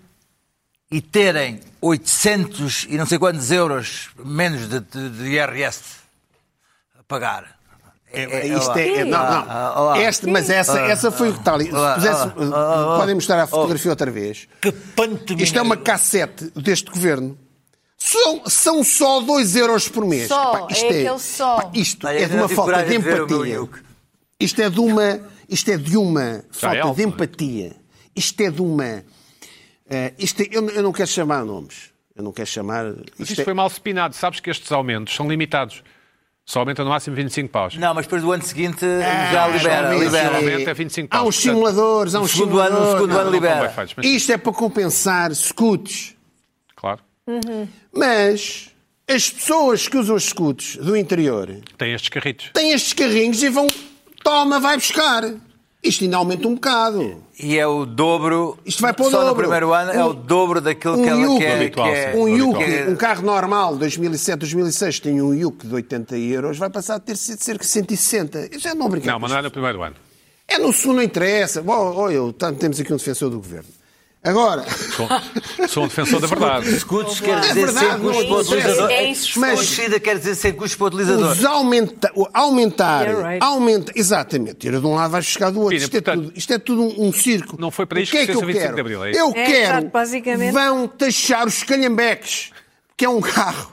S4: e terem 800 e não sei quantos euros menos de, de- de IRS a pagar.
S2: É, isto é, é- não, não.
S4: Ah, olá.
S2: Este- mas essa, essa foi o tal. Se
S4: olá,
S2: pusesse,
S4: olá, olá.
S2: podem mostrar a fotografia outra vez.
S4: Que pantomima.
S2: Isto é uma cassete deste governo. São, são só 2 euros por mês.
S5: Só,
S2: Epá,
S5: é aquele só.
S2: epá, isto
S4: Olha,
S2: é
S4: eu
S2: de
S4: não
S2: uma
S4: tive
S2: falta de
S4: coragem de ver o meu
S2: empatia.
S4: Yuke.
S2: Isto é de uma, isto é de uma
S1: é
S2: falta
S1: alto,
S2: de
S1: não é?
S2: empatia. Isto é de uma. eh, isto é- eu, não- eu não quero chamar nomes. Eu não quero chamar.
S1: Mas
S2: isto
S1: isto
S2: é-
S1: foi mal sepinado. Sabes que estes aumentos são limitados. Só aumenta no máximo 25 paus.
S4: Não, mas depois do ano seguinte
S2: Ah,
S4: já libera,
S2: Realmente,
S4: libera.
S1: Sim. Aumenta 25
S2: Há uns
S1: portanto,
S2: simuladores, há
S4: No
S2: uns
S4: segundo ano, no
S2: simuladores.
S4: segundo ano
S1: não estão bem
S4: libera.
S1: feitos, mas
S2: Isto é para compensar scooters.
S1: claro.
S2: Mas as pessoas que usam os scooters do interior
S1: Tem estes carritos.
S2: têm estes carrinhos e vão. Toma, vai buscar. Isto ainda aumenta um bocado.
S4: E é o dobro.
S2: Isto vai para o
S4: só no
S2: dobro.
S4: primeiro ano é
S2: Um-
S4: o dobro daquilo que
S2: Um
S4: ela quer.
S2: Yuke,
S4: Que é,
S1: sim.
S2: um,
S1: habitual.
S2: Yuke,
S4: que é-
S2: um carro normal 2007, 2006 tem um Yuke de 80 euros, vai passar a ter sido cerca de 160. Eu já não brinquei
S1: Não, é-
S2: com
S1: mas não é no primeiro ano.
S2: É no sul, não interessa. Bom, olha, eu- tam- temos aqui um defensor do governo. Agora,
S1: Sou, sou um defensor da verdade.
S4: Escudos quer
S2: É
S4: dizer
S2: verdade,
S4: sem custos
S2: não
S4: para o
S2: interessa.
S4: utilizador.
S6: É isso.
S2: Mas-
S4: Escudecida quer dizer sem custos para o utilizador.
S2: os aumenta, o aumentar,
S6: Yeah, right.
S2: aumenta, exatamente, tira de um lado, vais buscar do outro.
S1: Pina,
S2: isto, é
S1: portanto,
S2: tudo, isto é tudo um, um circo.
S1: não foi para isto
S2: o que é
S1: que
S2: que
S1: fez
S2: eu
S1: o 25
S2: quero?
S1: de Abril, é isso?
S2: eu
S6: É,
S2: quero,
S6: exato, basicamente.
S2: vão taxar os calhambeques, que é um carro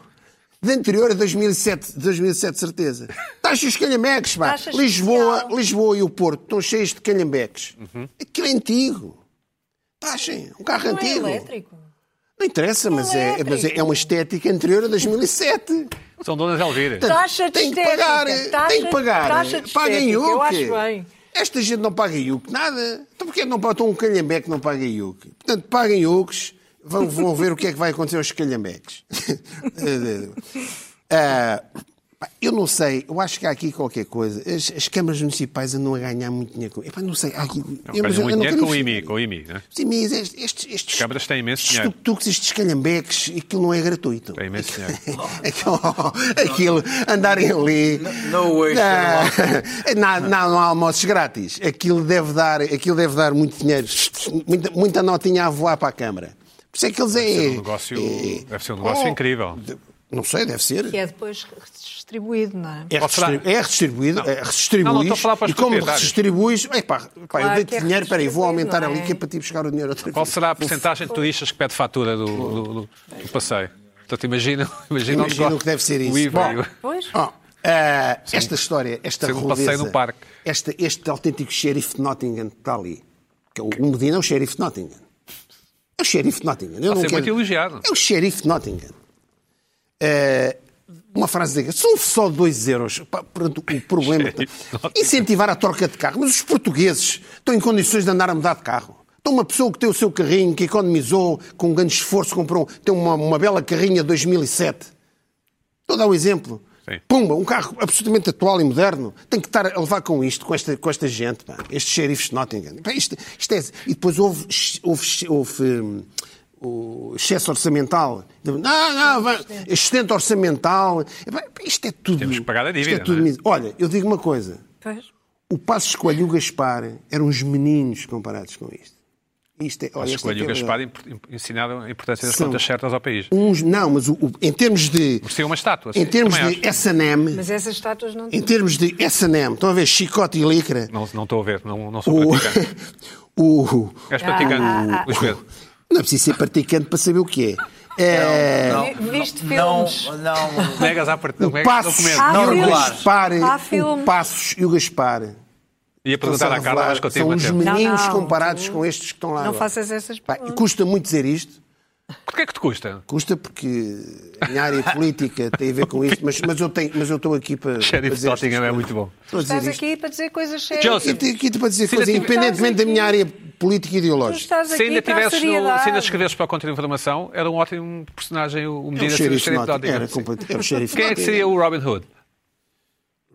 S2: de anterior a 2007, 2007 certeza. Taxa os calhambeques, pá.
S5: Taxa
S2: Lisboa,
S5: especial.
S2: Lisboa e o Porto estão cheios de calhambeques.
S1: Uhum.
S2: Aquilo é antigo. Taxem, um carro
S6: Não é
S2: antigo.
S6: elétrico.
S2: Não interessa, mas, é,
S6: elétrico.
S2: mas é, é uma estética anterior a 2007.
S1: São donas Elvira.
S2: Então,
S6: Taxa de
S2: Tem que
S6: estética,
S2: pagar, eh,
S6: taxa-
S2: tem que pagar. eh,
S6: taxa de
S2: Paga
S6: estética,
S2: IUC.
S6: eu acho bem.
S2: Esta gente não paga IUC, nada. Então porquê não paga? Então um calhambeque não paga IUC. Portanto, paguem IUCs, vão, vão ver o que é que vai acontecer aos calhambeques. Ah, pá, eu não sei, eu acho que há aqui qualquer coisa. As, as câmaras municipais andam a ganhar muito dinheiro com. Epá, não sei. há aqui- eu- mas
S1: Ganham
S2: eu- eu
S1: muito
S2: não
S1: dinheiro
S2: quero
S1: com o
S2: perceber.
S1: IMI, com o IMI, né?
S2: Sim, mas estes, estes, estes
S1: câmaras têm imenso
S2: estes
S1: dinheiro.
S2: tuk-tuks, estes calhambeques, aquilo não é gratuito.
S1: Tem imenso dinheiro.
S2: É. Aquilo, aquilo, andarem ali.
S4: no way,
S2: Na- na- na- Não há almoços grátis. Aquilo deve dar, aquilo deve dar muito dinheiro, muita, muita notinha a voar para a Câmara. Por isso é que eles é.
S1: É um negócio, deve ser um negócio
S2: Oh.
S1: incrível.
S2: Não sei, deve ser.
S6: Que é depois redistribuído, não é?
S2: É
S1: Ou será-
S2: redistribu- é redistribuído, é redistribuís,
S1: Não, não, estou a falar para os
S2: e como
S1: proprietários.
S2: redistribuís, epá, pá, eu
S6: Claro
S2: dei-te
S6: que é
S2: dinheiro, peraí, vou
S6: redistribuído,
S2: aumentar
S6: não
S2: ali
S6: é?
S2: que é para ti buscar o dinheiro outra
S1: Qual
S2: vez.
S1: será a porcentagem de turistas que pede fatura do, do, do- do passeio? Portanto, imagina, imagina,
S2: Imagina
S1: negócio.
S2: o que deve ser isso.
S1: O IVA.
S2: Bom.
S1: e o-
S6: Pois.
S2: Ó, É. ah, esta história, esta
S1: Ser um
S2: rudeza,
S1: passeio no parque.
S2: esta- este autêntico xerife de Nottingham que está ali, que é o, o Medina é o xerife de Nottingham. É o xerife de Nottingham. Eu não
S1: ser
S2: quero-
S1: muito elogiado.
S2: É o xerife de Nottingham. Ah, uma frase diga, são só 2 euros. Pá, Pronto, o problema é incentivar a troca de carro. Mas os portugueses estão em condições de andar a mudar de carro. Então uma pessoa que tem o seu carrinho, que economizou, com um grande esforço, comprou, tem uma, uma bela carrinha 2007. Estou a dar o exemplo.
S1: Sim.
S2: Pumba, um carro absolutamente atual e moderno. Tem que estar a levar com isto, com esta, com esta gente, pá. estes xerifes de Nottingham. Pá, isto, isto é, e depois houve, houve, houve, hum, o excesso orçamental. Não, não, vai- excedente orçamental. Pá, Isto é tudo.
S1: Temos que pagar a
S2: isto é
S1: dívida,
S2: tudo
S1: não é?
S2: mis- Olha, eu digo uma coisa.
S6: Pois.
S2: O Passos Coelho e o Gaspar eram os meninos comparados com isto. Isto é, olha,
S1: Acho
S2: isto
S1: que
S2: é
S1: o
S2: que é
S1: Gaspar
S2: verdade.
S1: imp- imp- ensinaram a importância das
S2: São-
S1: contas certas ao país.
S2: Uns, não, mas o- o- em termos de.
S1: Merecia uma estátua.
S2: Em
S1: sim,
S2: termos
S1: também
S2: de
S1: acho.
S2: S&M,
S6: Mas essas estátuas não
S2: em termos de S&M, estão a ver chicote e licra?
S1: Não, não estou a ver, não, não sou
S2: O,
S1: praticante.
S2: o,
S1: És praticante, Luís Pedro.
S2: não é preciso ser praticante para saber o que é. é
S4: Não,
S6: Vi- viste
S4: não,
S6: filmes?
S4: não, não.
S1: Negas à partida. Como é que
S2: passos
S1: documento?
S6: Ah,
S2: e o
S4: filmes.
S2: Gaspar,
S6: Há
S2: o
S6: filmes.
S2: Passos e o Gaspar.
S1: Ia
S2: Estão-se
S1: perguntar
S2: a
S1: à Carla,
S2: revelar,
S1: mas
S2: São
S1: contigo,
S2: os
S1: Matheus.
S2: meninos
S6: Não, não,
S2: comparados com estes que estão lá.
S6: Não
S2: agora.
S6: faças essas
S2: Pá, e
S6: perguntas.
S2: custa muito dizer isto.
S1: Porquê é que te custa?
S2: Custa porque a minha área política tem a ver com isto, mas, mas eu tenho, mas eu estou aqui para. para
S1: Sheriff
S2: dizer estas
S1: Nottingham é
S2: coisas.
S1: muito bom.
S2: Estou a dizer
S6: Estás
S2: isto.
S6: aqui para dizer coisas sérias.
S1: Joseph,
S2: Eu tenho aqui para dizer
S1: Se ainda
S2: coisas,
S1: tiver-
S2: independentemente da minha área política e
S6: Tu
S2: ideológica.
S6: estás
S1: Se
S6: aqui
S1: ainda,
S6: para a
S1: tivesses no, se ainda
S6: seriedade.
S1: escrevesses para o Contra Informação, era um ótimo personagem, o
S2: É o
S1: Medina um ser o
S2: xerife
S1: xerife de
S2: Nottingham. Era
S1: Nottingham.
S2: completo- era o xerife
S1: Quem é que
S2: Nottingham.
S1: seria o Robin Hood?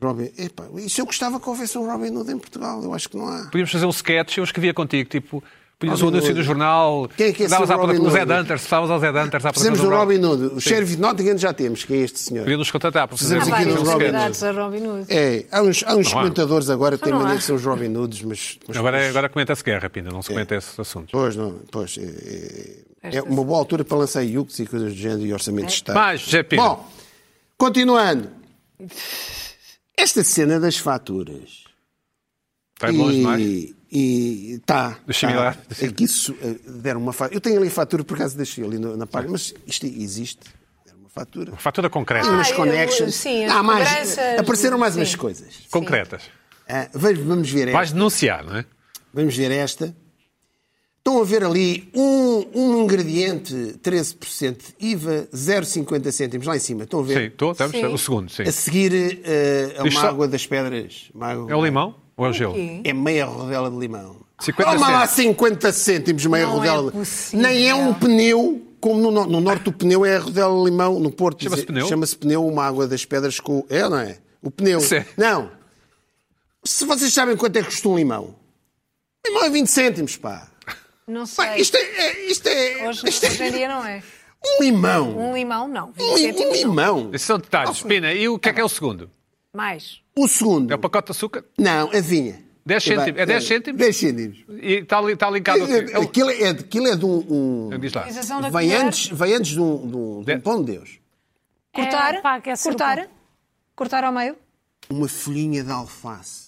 S2: Robin, epá, isso eu gostava que houvesse um Robin Hood em Portugal, eu acho que não há.
S1: Podíamos fazer um sketch, eu escrevia contigo, tipo, punhas um
S2: Robin
S1: anúncio
S2: Hood.
S1: no jornal,
S2: Quem é que é esse
S1: davas à
S2: Robin
S1: procura- o Zé
S2: Hood?
S1: Danters, estávamos ao Zé Danters à
S2: Fizemos
S1: procura
S2: um
S1: do
S2: Robin Hood, o
S1: é Sim.
S2: sheriff de Nottingham já temos, que é este senhor.
S1: Podíamos contratar para fazer
S2: Fizemos
S6: Há
S1: um
S2: aqui
S6: várias
S2: no Robin
S1: sketch.
S6: convidados a Robin Hood.
S2: É, há uns, há uns
S1: há.
S2: comentadores agora que têm
S6: não
S2: mania
S6: há.
S2: de ser os Robin Hoods, mas. mas
S1: Agora, agora comenta-se guerra, Pina,
S2: É.
S1: não se comenta esses assuntos.
S2: Pois, não, pois. É, é- é uma boa altura para lançar IUCs e coisas do género e
S6: É.
S2: orçamentos de Estado.
S1: Mais, José Pina.
S2: Bom, continuando. Esta cena das faturas.
S1: Está longe tá demais.
S2: e, e tá.
S1: Dos
S2: tá.
S1: similares.
S2: É que isso eh, deram uma fatura. Eu tenho ali a fatura, por acaso deixei ali no- na página, mas isto existe. Deram uma fatura.
S1: Fatura concreta,
S2: Tem umas
S6: eu-
S2: connections.
S6: sim, as
S2: Há mais,
S6: cobranças,
S2: apareceram mais umas
S6: sim.
S2: coisas.
S1: concretas.
S2: Ah, ve- vamos ver esta.
S1: Vais denunciar, não é?
S2: Vamos ver esta. Estão a ver ali um, um ingrediente 13% IVA, 0,50 cêntimos lá em cima. Estão a
S1: Sim,
S2: ver?
S1: estou, estamos, o segundo, sim.
S2: A seguir eh, a uma
S1: Isto só-
S2: água das pedras. Uma água-
S1: É o limão ou é o gelo?
S2: é meia rodela de limão.
S1: 50
S2: Toma lá
S1: cêntimos.
S2: 50 cêntimos, meia
S6: Não é
S2: rodela.
S6: possível.
S2: Nem é um pneu, como no, no- no norte o pneu é a rodela de limão, no Porto
S1: Chama-se
S2: dizer-
S1: pneu?
S2: chama-se pneu uma água das pedras com. É ou não é? O pneu.
S1: Sim.
S2: Não. Se vocês sabem quanto é que custa um limão, limão é 20 cêntimos, pá.
S6: Não
S2: Pá,
S6: sei.
S2: isto é. é- Isto é,
S6: Hoje,
S2: isto é-
S6: hoje em dia não é.
S2: um limão.
S6: Um limão, não.
S2: Um, li- um limão.
S1: Esses são detalhes. Pina, e o que é que é o segundo?
S6: Mais.
S2: O
S1: É o
S2: segundo.
S1: pacote de açúcar?
S2: Não, adivinha.
S1: 10 cêntimos. É 10 cêntimos
S2: 10 cêntimos.
S1: e está ali, está linkado ao quê? É o-
S2: Aquilo é, aquilo é de um. um-
S1: Diz assim. lá.
S5: Utilização da
S2: vem,
S5: colher.
S2: antes, vem antes de um, de um- de um pão de Deus.
S5: Cortar?
S3: É, pá,
S7: assim um
S3: aquece o
S5: cortar?
S3: pão.
S5: Cortar ao meio?
S2: Uma folhinha de alface.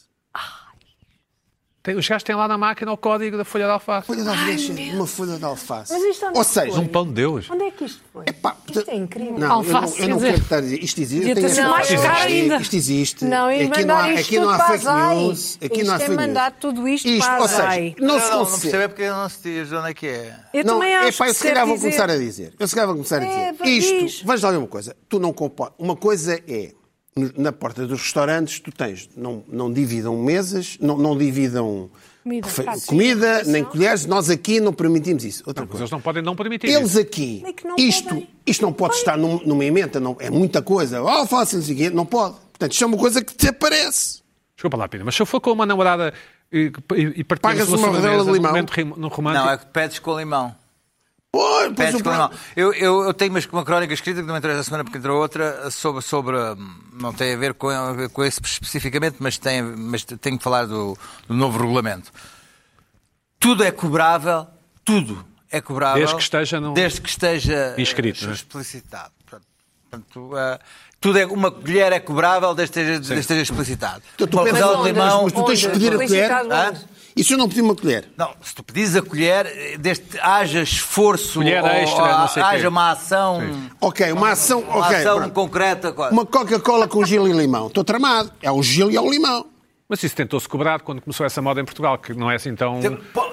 S1: Tem- os gajos têm lá na máquina o código da folha de alface.
S2: Folha de alface. uma folha de alface.
S7: Mas isto onde
S2: Ou
S7: é que
S2: seja,
S7: foi?
S1: Um pão de Deus.
S7: Onde é que isto foi?
S2: Epá, portanto-
S7: isto é incrível.
S2: Não,
S3: Alface,
S2: eu não, eu não quero
S3: quer dizer,
S2: estar a dizer. Isto existe.
S3: devia
S2: tem
S3: ter sido
S2: esta-
S3: mais
S2: isto
S3: caro
S2: existe,
S3: ainda.
S2: Isto existe.
S7: Não, e
S2: aqui não há,
S7: mandar isto
S2: aqui não
S7: tudo
S2: há
S7: para
S2: fake
S7: as AI.
S2: news. Aqui
S7: Isto
S2: não há
S7: é
S2: fake news.
S7: mandar tudo isto
S2: isto
S7: para
S2: ou
S7: as AI.
S2: seja, não se
S4: não, não
S2: consegue.
S4: percebo é porque eu não se diz onde é que é.
S6: Eu
S2: Não,
S6: também acho
S2: epá, eu
S6: que
S2: se calhar vou
S6: dizer-
S2: começar a dizer. Eu se calhar vou começar a dizer.
S7: É, vai,
S2: Isto,
S7: diz.
S2: vamos lá ver uma coisa. Tu não compo- Uma coisa é, no- na porta dos restaurantes, tu tens, não, não dividam mesas, não, não dividam
S3: Comida,
S2: refe-
S3: pratos.
S2: comida, nem colheres. Nós aqui não permitimos isso. Outra
S1: Mas
S2: coisa.
S1: eles não podem não permitir
S2: Eles
S1: isso.
S2: aqui,
S7: É que não
S2: isto,
S7: podem.
S2: isto não pode estar num- numa emenda, não, é muita coisa. Oh, fácil, não sei o quê, não pode. Portanto, isto é uma coisa que te aparece.
S1: Desculpa lá, Pina, mas se eu for com uma namorada e, e partilhamos
S2: Pagas uma rodela
S1: sobremesa
S2: de limão.
S1: num momento rim- num romântico...
S4: Não, é que pedes com limão.
S2: Pois, pois
S4: Pedes
S2: o
S4: com
S2: problema-
S4: limão. Eu, eu, eu tenho uma, uma crónica escrita que não entrou esta semana porque entrou outra eh, sobre. sobre hum, não tem a ver com, eh, com esse especificamente, mas, tem, mas tenho que falar do, do novo regulamento. Tudo é cobrável, tudo é cobrável.
S1: Desde que esteja no-
S4: Desde que esteja eh,
S1: Inscrito, não é?
S4: explicitado. Portanto, eh, tudo é, uma colher é cobrável desde que esteja, desde que esteja explicitado.
S2: Tu- tu
S4: uma
S2: pedes-
S4: rodela de
S7: onde?
S4: limão.
S2: Mas tu tens que
S7: Onde?
S2: pedir a colher.
S7: Publicidade onde?
S4: Hã?
S2: E se eu não pedir uma colher?
S4: Não, se tu pedis a colher, eh, desde que haja esforço,
S1: Colher
S4: ou-
S1: extra,
S4: ou
S1: não sei
S4: haja
S1: quê.
S4: uma ação,
S2: Ok, uma ação.
S4: uma
S2: ok,
S4: ação
S2: pronto.
S4: concreta. quase.
S2: Uma Coca-Cola com gelo e limão. Estou tramado. É o gelo e é o limão.
S1: Mas isso tentou-se cobrar quando começou essa moda em Portugal, que não é assim tão...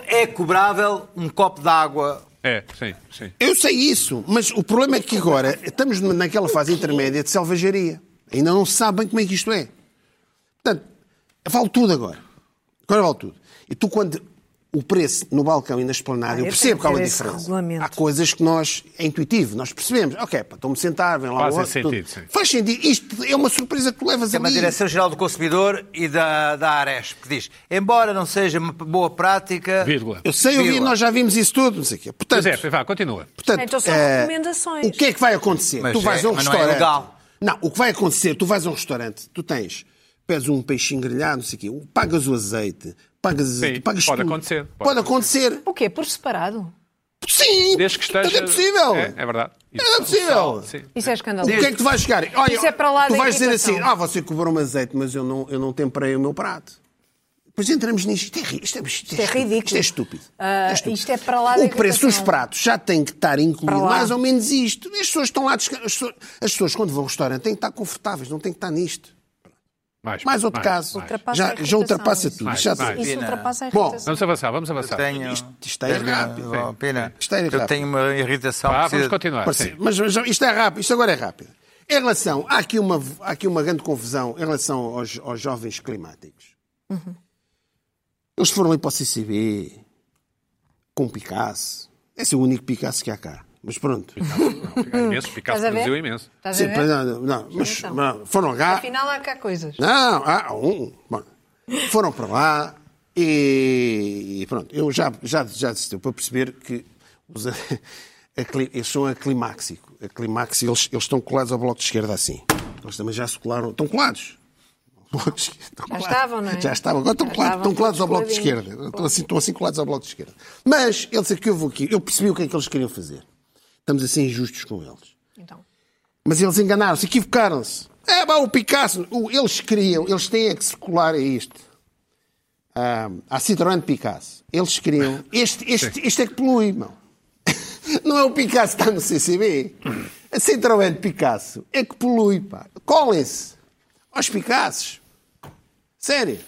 S4: É cobrável um copo de água.
S1: É, sim, sim.
S2: Eu sei isso, mas o problema é que agora estamos naquela fase intermédia de selvageria. Ainda não se sabe bem como é que isto é. Portanto, vale tudo agora. Agora vale tudo. E tu, quando o preço no balcão e na esplanada,
S6: Ah,
S2: eu
S6: eu
S2: percebo que há uma
S6: tenho que ter esse
S2: diferença.
S6: regulamento.
S2: Há coisas que nós, é intuitivo, nós percebemos. Ok, pá, estou-me a sentar, vem lá
S1: Fazem
S2: o outro,
S1: sentido,
S2: tudo.
S1: sim.
S2: Faz sentido. Isto é uma surpresa que tu levas
S4: É
S2: a
S4: uma Direção-Geral do Consumidor e da, da Ares, que diz, embora não seja uma boa prática...
S1: Vírgula.
S2: Eu sei, eu vi,
S4: Vírgula.
S2: nós já vimos isso tudo, não sei o quê. Portanto,
S1: Mas é, vá, continua.
S2: Portanto,
S6: Então são
S2: eh,
S6: recomendações.
S2: O que é que vai acontecer?
S4: Mas
S2: tu vais
S4: é-
S2: a um
S4: mas não é
S2: restaurante.
S4: legal.
S2: Não, o que vai acontecer, tu vais a um restaurante, tu tens, pedes um peixinho grelhado, não sei o quê, um, pagas o azeite, pagas azeite, pagas
S1: pode
S2: tudo.
S1: acontecer, pode
S2: Pode, acontecer.
S5: O quê? Por separado?
S2: Sim!
S1: Desde que
S2: portanto,
S1: esteja...
S2: É possível!
S1: É, é verdade.
S2: Não é possível.
S1: Sim.
S5: Isso é escandaloso.
S2: O que é que tu vais chegar? Olha,
S5: Isso é para lá
S2: tu
S5: da
S2: vais dizer
S5: irritação.
S2: assim, ah, você cobrou-me azeite, mas eu não, eu não temperei o meu prato. Depois entramos nisto. Isto é, ri- isto é, isto
S7: Isto é
S2: estúpido.
S7: ridículo.
S2: Isto é estúpido.
S5: Ah, isto é para lá da
S2: O preço dos
S5: irritação.
S2: pratos já tem que estar incluído
S7: lá.
S2: mais ou menos isto. As pessoas estão lá... desca- As pessoas, as pessoas quando vão ao restaurante têm que estar confortáveis, não têm que estar nisto. Mais outro caso.
S5: Ultrapassa a
S2: Já, já
S5: irritação,
S2: ultrapassa
S5: isso.
S2: tudo.
S1: Mais,
S2: já
S1: mais.
S5: Isso
S4: Pina.
S5: ultrapassa a
S2: é Bom,
S5: irritação.
S1: Vamos avançar, vamos avançar.
S4: Tenho...
S2: Isto- isto é rápido,
S4: Tenho-
S2: sim.
S4: Pena,
S2: Isto é rápido.
S4: Eu tenho uma irritação.
S1: Vá,
S4: precisa-
S1: Ah, vamos continuar.
S2: Parece-
S1: sim.
S2: Ah, Mas, mas isto é rápido, isto agora é rápido. Em relação, há aqui uma, há aqui uma grande confusão em relação aos, aos jovens climáticos. Eles foram ali para o CCB com Picasso. Esse é o único Picasso que há cá. Mas pronto.
S1: Não, é imenso, Picasso
S5: Estás a ver?
S1: produziu imenso.
S6: Então. é
S5: Estás a
S2: Sim,
S5: ver?
S2: não, não, mas não, foram cá.
S5: Afinal, há cá coisas.
S2: Não, há um. Bom, foram para lá e, e pronto. Eu já, já, já desisti para perceber que os, acli- eles são aclimáxico. Aclimáxico, eles, eles estão colados ao bloco de esquerda assim. Eles também já se colaram. Estão colados. Ao bloco de esquerda, estão colados.
S6: estavam, não é?
S2: Já estavam. Agora estão
S6: Já
S2: colados,
S6: estavam
S2: estão colados ao
S6: todos
S2: bloco de
S6: coladinhos.
S2: esquerda. Estão assim, estão assim colados ao bloco de esquerda. Mas eles aqui, eu vou aqui. Eu percebi o que é que eles queriam fazer. Estamos assim injustos com eles.
S5: Então.
S2: Mas eles enganaram-se, equivocaram-se. É, pá, o Picasso. o- Eles queriam, eles têm é que circular a isto. Ah, a Citroën de Picasso. Eles queriam. Este, este, este é que polui, irmão. Não é o Picasso que está no CCB. A Citroën de É Picasso é que polui, pá. Colem-se aos Picassos. Sério.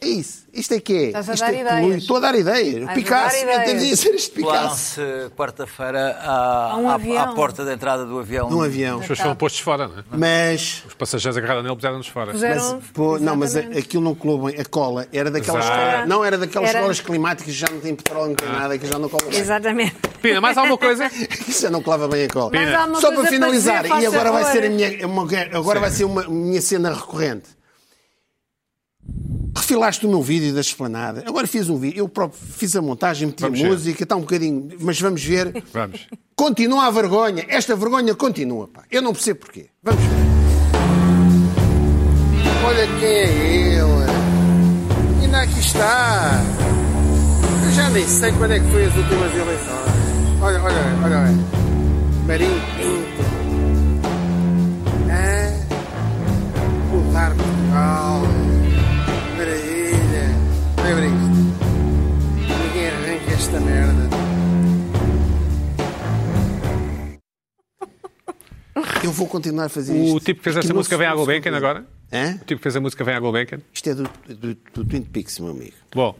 S2: É isso. Isto é que é.
S5: Estás a
S2: Isto é
S5: dar
S2: que polui.
S5: ideias.
S2: Estou a dar ideias. O
S5: Estás a
S2: Picasso.
S5: dar ideias.
S2: Eu devia ser este Picasso.
S4: Colaram-se quarta-feira à,
S6: A um
S4: à-
S6: avião.
S4: à porta da entrada do avião.
S2: Num avião.
S1: As pessoas foram postos fora, não é?
S2: Mas.
S1: Os passageiros agarraram nele, puseram-nos fora.
S5: um,
S6: Puseram-
S2: Mas, pô, não, mas a-
S6: Exatamente.
S2: aquilo não colou bem. A cola era daquelas,
S1: Exato.
S2: não era daquelas
S6: Era-
S2: colas climáticas que já não tem petróleo, não tem nada, que já não cola bem.
S6: Exatamente.
S1: Pina, mais alguma coisa?
S2: Que já não colava bem a cola.
S1: Mas há
S6: uma
S2: Só
S6: coisa
S2: para
S6: para
S2: finalizar,
S6: dizer, faça
S2: e agora vai ser a
S6: favor.
S2: minha, uma- agora vai ser uma minha cena recorrente. Refilaste o meu vídeo da esplanada. Agora fiz um vídeo, eu próprio fiz a montagem, meti a
S1: Vamos ver.
S2: música, está um bocadinho, mas vamos ver.
S1: Vamos.
S2: Continua a vergonha. Esta vergonha continua, pá. Eu não percebo porquê. Vamos ver. Olha quem é ele. E não Olha, aqui está. Eu já nem sei quando é que foi as últimas eleições. Olha, olha, olha, olha. Marinho Pinto. Ah, mudar Portugal. Maravilha. Lembra isto? Ninguém arranca esta merda. Eu vou continuar a fazer isto.
S1: O tipo que fez essa
S2: Aqui não
S1: música
S2: se-
S1: vem à
S2: não se-
S1: Gulbenkian agora?
S2: Hã?
S1: O tipo que fez a música vem à Gulbenkian?
S2: Isto é do, do, do Twin Peaks, meu amigo.
S1: Bom,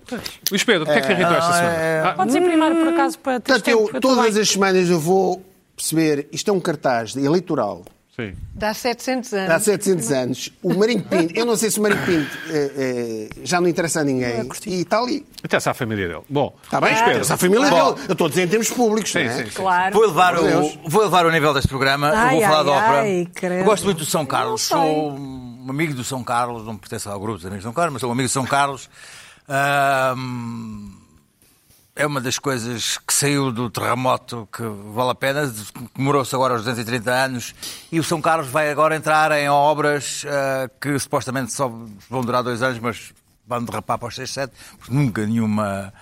S1: Luís Pedro, o que é que irritou esta semana? Ah,
S3: Podes ir primeiro, por acaso, para teres
S2: Portanto, eu,
S3: tempo, tô
S2: todas
S3: bem.
S2: as semanas eu vou perceber, isto é um cartaz de eleitoral,
S1: sim.
S5: Dá 700
S2: há
S5: anos.
S2: 700 anos, o Marinho Pinto, eu não sei se o Marinho Pinto eh, eh, já não interessa a ninguém, e está ali.
S1: Até se à família dele. Bom,
S2: Está Tá bem?
S1: Luís Pedro.
S2: Essa família
S4: Bom.
S2: dele. Eu estou a dizer em termos públicos,
S1: Sim,
S2: não é?
S1: sim, sim.
S6: Claro.
S4: Vou elevar,
S2: Por
S4: o,
S2: Deus.
S4: vou elevar o nível deste programa. Eu
S6: Ai,
S4: vou falar
S6: ai,
S4: da ópera.
S6: ai, credo.
S4: Eu gosto muito do São Carlos.
S6: não sei.
S4: Sou um amigo do São Carlos. Não pertenço ao grupo dos amigos do São Carlos, mas sou um amigo do São Carlos. Ahm, é uma das coisas que saiu do terremoto que vale a pena. Comemorou-se agora aos 230 anos. E o São Carlos vai agora entrar em obras ah, que supostamente só vão durar dois anos, mas vão derrapar para os 6, 7, porque nunca nenhuma,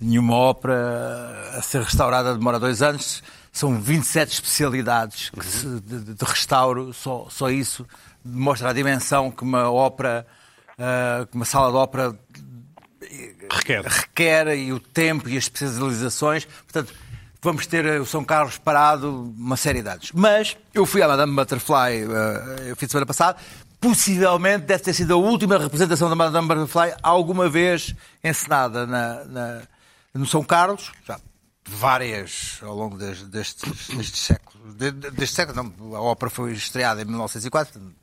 S4: nenhuma ópera a ser restaurada demora dois anos. São 27 especialidades que se- de, de- de restauro, só, só isso demonstra a dimensão que uma ópera, ah, que uma sala de ópera
S1: Requer.
S4: requer e o tempo e as especializações. Portanto, vamos ter eh, o São Carlos parado uma série de anos. Mas eu fui à Madame Butterfly eh, eu fim de semana passado. Possivelmente deve ter sido a última representação da Madame Butterfly alguma vez encenada na- na- no São Carlos. Já várias ao longo des- destes, destes séculos. De- de- deste século, não, a ópera foi estreada em 1904, portanto,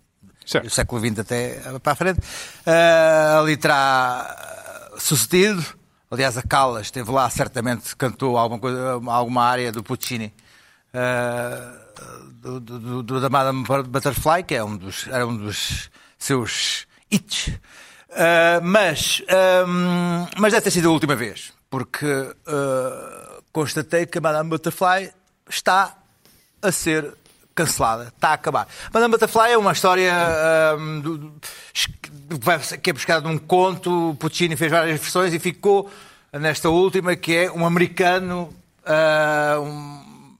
S1: Certo.
S4: do século XX até para a frente. Ah, ali terá sucedido. Aliás, a Callas esteve lá, certamente cantou alguma, coisa, alguma área do Puccini. ah, do, do- do- do- da Madame Butterfly, que é um dos, era um dos seus hits. Ah, mas, ah, mas deve ter sido a última vez, porque ah, constatei que a Madame Butterfly está a ser cancelada, está a acabar. Madame Butterfly é uma história ahm, do- do- es- vai- que é buscada num conto, Puccini fez várias versões e ficou nesta última que é um americano, ah, um,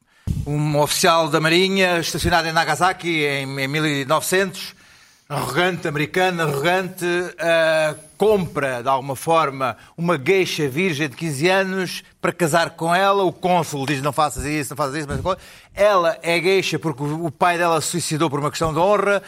S4: um oficial da Marinha estacionado em Nagasaki em, em 1900, arrogante, americano, arrogante, ah, compra de alguma forma uma geisha virgem de 15 anos para casar com ela. O cônsul diz: Não faças isso, não faças isso. Mas ela é geisha porque o o pai dela se suicidou por uma questão de honra.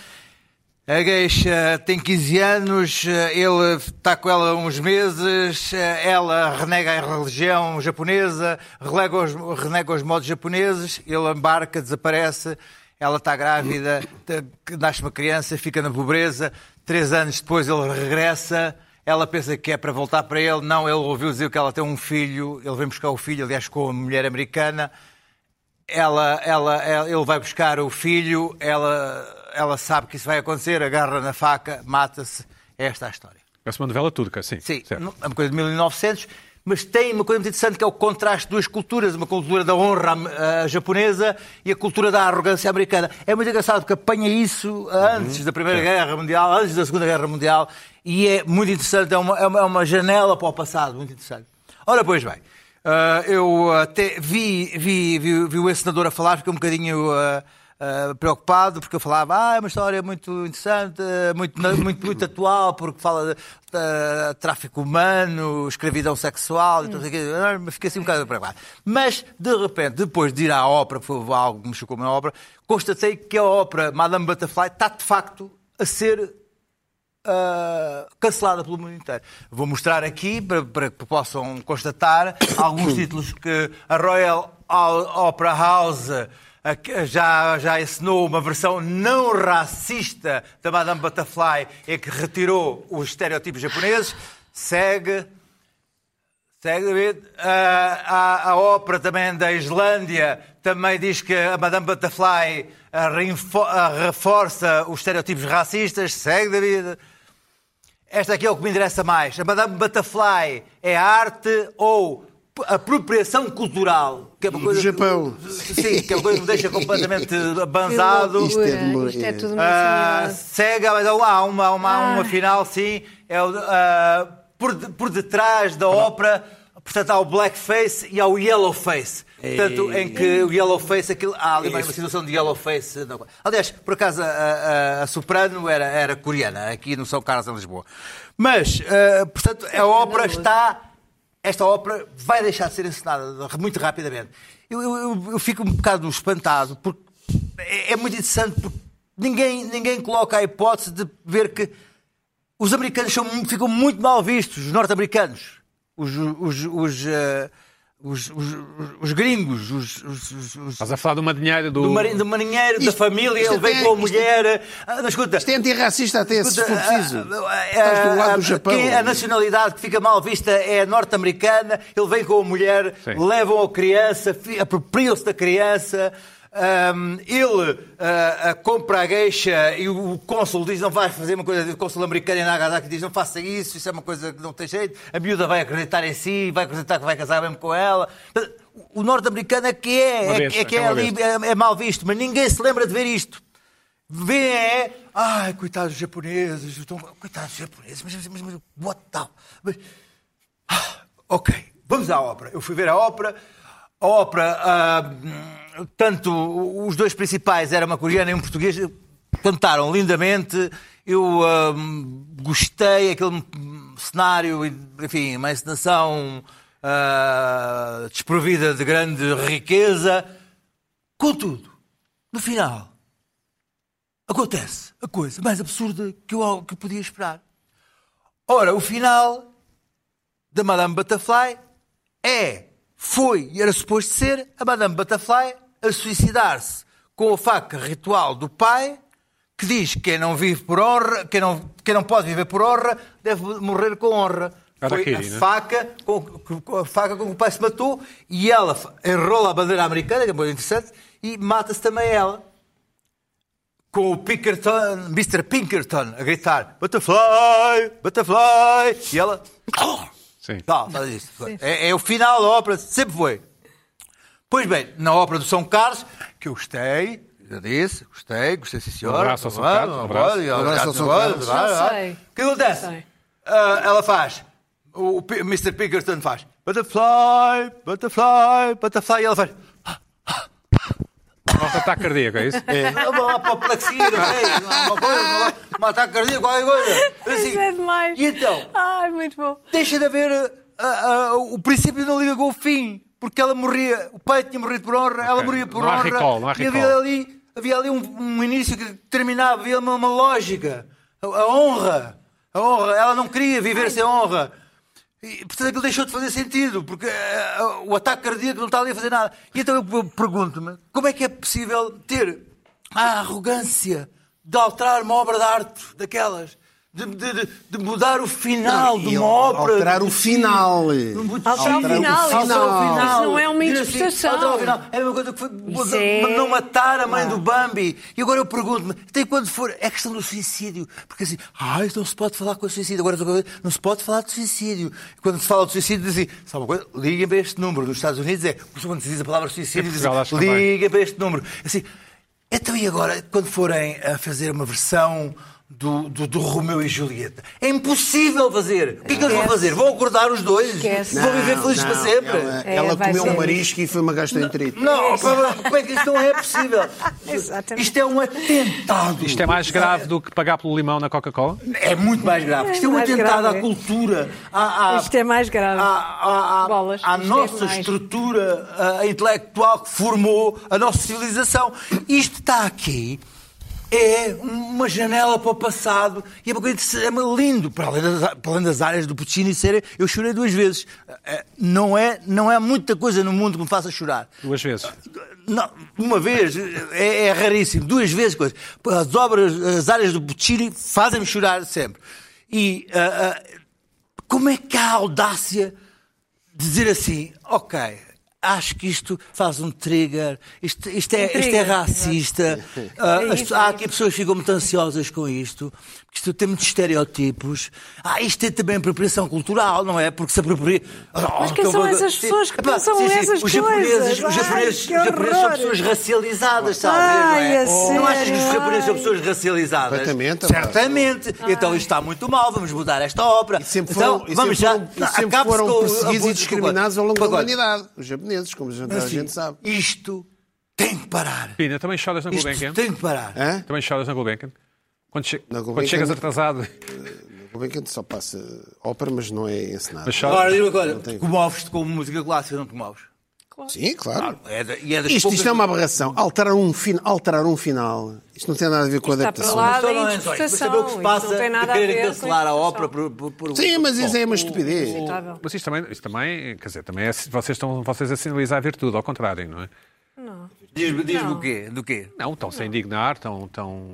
S4: A geisha tem 15 anos, eh, ele está com ela há uns meses, eh, ela renega a religião japonesa, relega os, renega os modos japoneses, ele embarca, desaparece, ela está grávida, tá- nasce uma criança, fica na pobreza, três anos depois ele regressa, ela pensa que é para voltar para ele, não, ele ouviu dizer que ela tem um filho, ele vem buscar o filho, aliás com uma mulher americana, ela, ela, ela- ele vai buscar o filho, ela, ela sabe que isso vai acontecer, agarra na faca, mata-se. Esta é a história.
S1: Parece uma novela turca, sim.
S4: Sim,
S1: certo.
S4: não- é uma coisa de 1900, mas tem uma coisa muito interessante que é o contraste de duas culturas, uma cultura da honra am- ah, japonesa e a cultura da arrogância americana. É muito engraçado porque apanha isso antes da Primeira Guerra Mundial, antes da Segunda Guerra Mundial, e é muito interessante, é uma, é uma, é uma janela para o passado, muito interessante. Ora, pois bem, ah, eu até vi, vi, vi, vi o encenador a falar, fiquei um bocadinho... ah, ah, preocupado porque eu falava, ah, é uma história muito interessante, ah, muito, muito, muito atual, porque fala de ah, tráfico humano, escravidão sexual, e tudo aquilo. Ah, mas fiquei assim um bocado preocupado. Mas, de repente, depois de ir à ópera, que foi algo que me chocou na ópera, constatei que a ópera Madame Butterfly está, de facto, a ser ah, cancelada pelo mundo inteiro. Vou mostrar aqui para, para que possam constatar alguns títulos que a Royal Al- Opera House ah, que já, já ensinou uma versão não racista da Madame Butterfly e que retirou os estereotipos japoneses. Segue Segue, David. Ah, a, a ópera também da Islândia também diz que a Madame Butterfly ah, reinfo- ah, reforça os estereotipos racistas. Segue, David. Esta aqui é o que me interessa mais. A Madame Butterfly é arte ou p- apropriação cultural? Que é uma coisa que-
S2: Japão.
S4: sim, que é uma coisa que me deixa completamente abanzado.
S2: Isto
S5: Isto
S2: é
S5: é,
S2: demora-
S5: Isto é tudo uma
S4: Ah,
S5: sanidade.
S4: é cega, mas há uma, há uma, há uma final, sim. É o, é ah, por, de- por detrás da ópera, portanto, há o blackface e há o yellowface. Portanto, em que o yellowface, aquilo, há ali uma uma situação de yellowface. não- Aliás, por acaso, a, a- a soprano era, era coreana, aqui no São Carlos, em Lisboa. Mas, eh, portanto, a ópera está esta ópera vai deixar de ser encenada muito rapidamente. Eu, eu- eu- eu fico um bocado espantado, porque é, é muito interessante, porque ninguém, ninguém coloca a hipótese de ver que os americanos são mu- ficam muito mal vistos, os norte-americanos, os, os, os, eh, os- os- os- os gringos, os- os- os- os-
S1: Estás a falar de uma dinheira do.
S4: do, mari- do marinheiro, da
S2: Isto-
S4: família,
S2: isto
S4: ele vem
S2: até-
S4: com a
S2: isto-
S4: mulher. ah, mas escuta,
S2: Isto é antirracista até, se
S4: ah, eh,
S2: for preciso.
S4: a- a- a-
S2: Estás do lado do
S4: a-
S2: Japão.
S4: eh, ah, quem- é a nacionalidade que fica mal vista é a norte-americana. Ele vem com a mulher,
S1: Sim.
S4: levam a criança, fi- apropriam-se da criança. ahm, ele ah, ah, compra a gueixa e o cônsul diz: Não vais fazer uma coisa. O cônsul americano em Nagasaki diz: Não faça isso, isso é uma coisa que não tem jeito. A miúda vai acreditar em si, vai acreditar que vai casar mesmo com ela. Portanto, O norte-americano é que é,
S1: Uma
S4: é,
S1: besta,
S4: é que
S1: é
S4: é,
S1: uma
S4: ali- é- é mal visto, mas ninguém se lembra de ver isto vê é. Ai, coitados dos japoneses. Estão... Coitados dos japoneses. Mas, mas, mas what the... Mas... Ah, ok, vamos à ópera. Eu fui ver a ópera. A ópera, ah, hum, tanto os dois principais, era uma coreana e um português, cantaram lindamente. Eu ah, gostei, aquele cenário, enfim, uma encenação ah, desprovida de grande riqueza. Contudo, no final, acontece a coisa mais absurda que eu, que eu podia esperar. Ora, o final da Madame Butterfly é, foi e era suposto ser a Madame Butterfly a suicidar-se com a faca ritual do pai que diz que quem não vive por honra, quem não, quem não pode viver por honra deve morrer com honra. Foi a
S1: Harakiri, né?
S4: faca com, que- com a faca com que o pai se matou e ela fa- enrola a bandeira americana, que é muito interessante, e mata-se também ela com o Pinkerton, Mr. Pinkerton, a gritar Butterfly, Butterfly, e ela.
S1: Sim.
S4: Tá, faz isso. É, é o final da ópera, sempre foi. Pois bem, na ópera do São Carlos, que eu gostei, já disse, gostei, gostei, sim senhor.
S1: Um abraço ao São
S4: Vai,
S1: Carlos, um
S4: vai,
S1: abraço.
S4: vai,
S2: Um abraço ao São
S4: vai,
S2: Carlos.
S4: vai,
S8: Não
S4: vai.
S8: sei.
S4: O que acontece?
S8: Não sei.
S4: Ah, ela faz, o, o P- Mr. Pinkerton faz Butterfly, Butterfly, Butterfly, e ela faz.
S1: Malta está cardíaco, é isso?
S4: uma apoplexia, não sei, uma coisa, um ataque cardíaco, qualquer coisa. Assim.
S6: Isso é demais.
S4: E então,
S6: Ai, muito bom.
S4: deixa de haver ah, ah, ah, o princípio não liga com o fim, porque ela morria, o pai tinha morrido por honra, ela morria por
S1: não há
S4: honra.
S1: recall, não há
S4: e havia
S1: recall.
S4: ali, havia ali um, um início que terminava, havia uma, uma lógica. A, a honra, a honra, ela não queria viver sem honra. E, portanto, aquilo deixou de fazer sentido, porque ah, ah, o ataque cardíaco não está ali a fazer nada. E então eu p- pergunto-me, como é que é possível ter a arrogância de alterar uma obra de arte daquelas? De, de- de- de mudar o final
S2: Não,
S4: de
S2: e
S4: uma obra.
S2: alterar o
S4: de-
S2: final.
S4: Muito-
S6: Alterar o
S4: alterar
S6: final, isso-
S4: Alterar o
S2: isso
S4: final.
S6: não é uma
S4: Dizer
S6: interpretação.
S4: alterar o final. É a mesma coisa que foi
S6: Isso é-
S4: não matar a mãe
S6: Não.
S4: do Bambi. E agora eu pergunto-me, até quando for, é questão do suicídio. Porque assim, ah, isso não se pode falar com o suicídio. Agora não se pode falar de suicídio. E quando se fala de suicídio, dizem, sabe uma coisa, liguem para este número. Nos Estados Unidos é, quando se diz assim, a palavra suicídio,
S1: Em É Portugal, acho
S4: dizem,
S1: que também.
S4: liguem liga para este número. Assim, então e agora, quando forem a fazer uma versão do, do, do Romeu e Julieta? É impossível fazer. O que é que eles vão fazer? Vão acordar os dois?
S6: Esquece.
S4: Vão viver
S2: Não,
S4: felizes
S2: não,
S4: para sempre?
S2: Ela,
S6: É,
S2: ela
S6: vai
S2: comeu
S6: ser
S2: um marisco e foi uma gastroenterite.
S4: Não, pá, como é que isto não é possível?
S6: Exatamente.
S4: Isto é um atentado.
S1: Isto é mais grave do que pagar pelo limão na Coca-Cola?
S4: É muito mais grave. Isto é um
S6: mais
S4: atentado
S6: grave.
S4: à cultura, à, à,
S6: Isto é mais grave.
S2: Ah.
S4: à, à- à-
S6: Bolas,
S4: à
S6: isto é
S4: nossa
S6: demais.
S4: estrutura ah, intelectual que formou a nossa civilização. Isto está aqui. É uma janela para o passado e é uma coisa que é lindo, para além das, para além das áreas do Puccini serem. Eu chorei duas vezes. Ah, ah, Não é, não é muita coisa no mundo que me faça chorar.
S1: Duas vezes.
S4: Não, uma vez, é, é raríssimo, duas vezes coisa. As obras, as áreas do Puccini fazem-me chorar sempre. E eh, ah, ah, como é que há a audácia de dizer assim, ok, acho que isto faz um trigger, isto, isto
S6: Um
S4: é, isto é racista, Ah, as- há aqui pessoas que ficam muito ansiosas com isto, porque isto tem muitos estereótipos. Ah, isto é também apropriação cultural, não é? Porque se apropria... Ah,
S6: Mas quem são essas pessoas que pensam essas
S4: os japoneses,
S6: coisas?
S4: Os japoneses,
S6: Ai, que
S4: os japoneses são
S6: horror.
S4: pessoas racializadas, sabe?
S6: Ai, a
S4: não, é? não achas que os
S6: sério?
S4: japoneses são pessoas racializadas?
S2: Completamente, rapaz.
S4: Certamente. Então isto está muito mal, vamos mudar esta obra.
S2: E sempre
S4: então,
S2: foram, e
S4: vamos
S2: sempre
S4: já.
S2: foram, e sempre
S4: acabe-se
S2: foram
S4: com o
S2: perseguidos
S4: abuso,
S2: e discriminados ao longo
S4: desculpa.
S2: da
S4: Agora,
S2: humanidade. Os japoneses, como já toda a
S4: assim,
S2: gente sabe.
S4: Isto tem que parar.
S1: Pina, também choras na Gulbenkian?
S4: Isto tem que parar.
S2: Hã?
S1: Também choras na Gulbenkian? Quando, che-
S2: Na
S1: quando
S2: Gulbenkian-
S1: chegas atrasado,
S2: O Benquente só passa ópera, mas não é encenado.
S1: mas
S4: Agora,
S1: choras.
S4: digo agora,
S2: tem-
S4: comoves-te com música clássica, não te comoves?
S2: Sim, claro.
S4: É da- e é das
S2: Isto,
S4: poucas-
S2: isto é uma aberração. Alterar um, fin... Alterar um final. Isto não tem nada a ver com a
S6: Está
S2: adaptação.
S6: para lá.
S4: Só não
S6: da
S4: é só isso, mas
S6: interpretação,
S4: saber o que se
S6: isso
S4: passa
S6: não tem nada
S4: e
S6: a
S4: querer
S6: ver com
S4: cancelar a
S6: interpretação.
S4: ópera por, por, por-
S2: Sim, mas isso
S4: Bom,
S2: é uma estupidez.
S6: Aceitável.
S1: Mas isso também, isso também, quer dizer, também é, vocês, estão, vocês a sinalizar a virtude, ao contrário, não é?
S4: Diz-me diz-me o quê? Do quê?
S1: Não, estão sem indignar, estão. estão...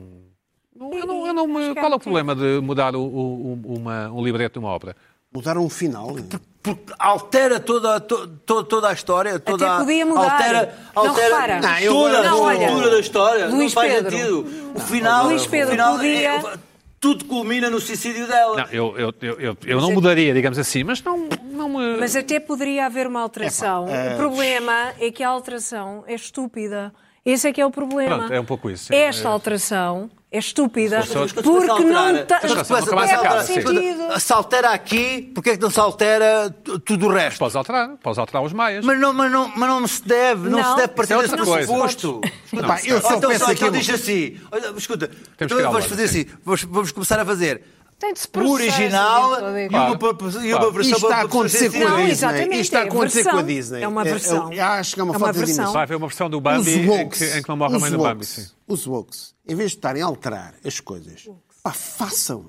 S1: Não, eu não, eu não me- Qual é o problema de mudar o, o- o- uma, um libreto de uma obra?
S2: Mudar um final.
S4: Porque altera toda, to, to- toda a história. Toda a-
S6: podia mudar.
S4: Altera,
S6: Não
S4: altera
S6: repara.
S2: Não, eu
S4: toda
S2: agora-
S4: a
S2: Não, olha,
S4: estrutura da história. não
S6: Luís
S4: faz
S6: Pedro.
S4: sentido. O final,
S6: Luís Pedro
S4: o final
S6: podia-
S4: é- tudo culmina no suicídio dela.
S1: Não, eu, eu, eu, eu, eu não mudaria, digamos assim, mas não, não me.
S6: Mas é- até poderia haver uma alteração.
S2: eh,
S6: O problema é que a alteração é estúpida. Esse é que é o problema.
S1: Pronto, é um pouco isso, sim.
S6: Esta
S1: É.
S6: alteração é estúpida
S1: As pessoas-
S6: porque não
S4: está
S6: tem
S1: acabar-se a casa,
S6: é
S1: sim.
S6: sentido.
S4: Se altera aqui, porque é que não se altera tu- tudo o resto?
S1: Podes alterar, podes alterar os maias.
S4: Mas não, mas, não, mas não se deve, não,
S6: Não.
S4: se
S1: Isso
S4: deve
S1: é
S4: partir desse
S1: outra coisa.
S4: pressuposto. Escuta,
S2: Pá, eu só
S4: ou então,
S2: peço
S4: só, então
S2: aquilo.
S4: diz assim, olha, escuta,
S1: Temos
S4: então
S1: que ir à
S4: vamos
S1: hora,
S4: fazer assim, vamos, vamos começar a fazer
S5: Tem de se
S4: o
S5: processar
S4: original
S5: essa
S4: e
S5: gente
S4: uma,
S1: Claro.
S4: pa- e uma
S1: Claro.
S4: versão
S2: Isto está a acontecer
S4: assim.
S2: com a
S6: Não,
S2: Disney.
S6: exatamente,
S2: Isto está a
S6: é
S2: acontecer com a
S6: versão.
S2: Disney.
S6: É uma versão.
S2: Eu- eu acho que é uma
S6: É uma
S2: falta de
S6: versão.
S2: dimensão.
S1: Vai haver uma versão do
S2: Os
S1: Bambi em
S2: woke,
S1: que, em que não morre a mãe
S2: os
S1: do Bambi.
S2: woke,
S1: Sim.
S2: Os woke, em vez de estarem a alterar as coisas, pá, façam.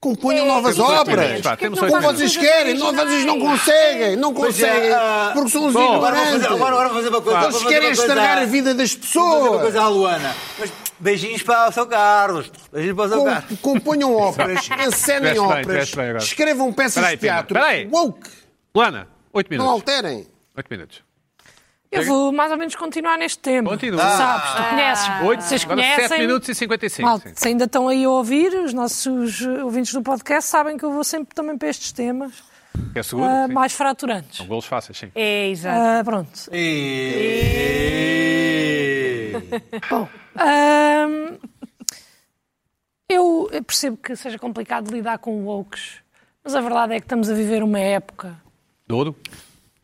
S2: Componham novas
S1: Temos oito
S2: obras.
S1: minutos, pá, temos
S2: Como
S1: oito
S2: vocês
S1: minutos.
S2: querem, não, vocês não conseguem, não conseguem,
S4: ah,
S2: porque são os
S1: bom,
S4: Agora vou
S2: ignorantes.
S4: fazer, agora, agora vou fazer uma coisa. vou
S2: Eles
S4: fazer
S2: querem
S4: uma coisa
S2: estragar
S4: à-
S2: a vida das
S4: Vou fazer uma coisa
S2: pessoas.
S4: à Luana. Mas beijinhos para o São Carlos. Beijinhos para o São Carlos.
S2: Com- componham óperas, encenem
S1: Parece bem,
S2: óperas,
S1: parece bem agora.
S2: escrevam peças
S1: Peraí,
S2: de teatro.
S1: Pina, peraí.
S2: Woke,
S1: Luana, 8
S2: não
S1: minutos.
S2: alterem.
S1: 8 minutos.
S3: Eu vou mais ou menos continuar neste tempo.
S1: Continua.
S3: Sabes, tu conheces.
S1: Oito,
S3: Vocês
S1: Ah, agora sete
S3: conhecem.
S1: minutos e 55,
S3: Ah. Malta,
S1: sim.
S3: se ainda estão aí a ouvir, os nossos eh, ouvintes do podcast sabem que eu vou sempre também para estes temas
S1: É seguro?
S3: ah,
S1: sim. Tá
S3: mais fraturantes.
S1: São golos fáceis, sim.
S6: É, exato.
S3: Ah, pronto.
S4: E-
S3: Ahm, eu percebo que seja complicado lidar com woke, mas a verdade é que estamos a viver uma época
S1: Douro?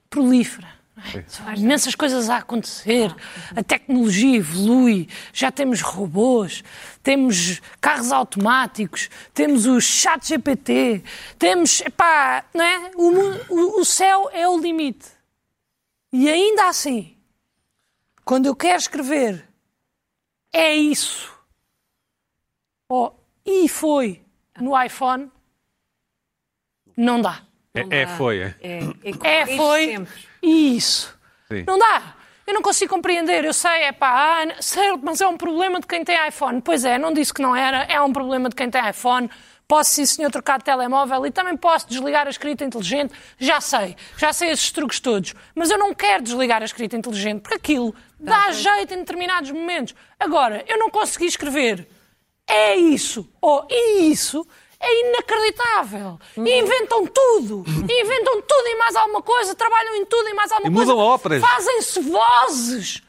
S3: prolifera. não é? Há imensas coisas a acontecer. A tecnologia evolui. Já temos robôs, temos carros automáticos, temos o chat GPT, temos. Epá, não é? O, mu- o- o céu é o limite. E ainda assim, quando eu quero escrever, é isso. Ó, e foi no iPhone, não dá.
S1: É, é, foi, é.
S6: É,
S3: É, foi. Isso.
S1: Sim.
S3: Não dá. Eu não consigo compreender. Eu sei, é pá, ah, n- sei, mas é um problema de quem tem iPhone. Pois é, não disse que não era. É um problema de quem tem iPhone. Posso, sim, senhor, trocar de telemóvel e também posso desligar a escrita inteligente. Já sei, já sei esses truques todos. Mas eu não quero desligar a escrita inteligente porque aquilo dá jeito em determinados momentos. Agora, eu não consegui escrever é isso ou e isso é inacreditável. E inventam tudo. E inventam tudo e mais alguma coisa. Trabalham em tudo e mais alguma
S1: E
S3: coisa.
S1: mudam óperas.
S3: Fazem-se vozes.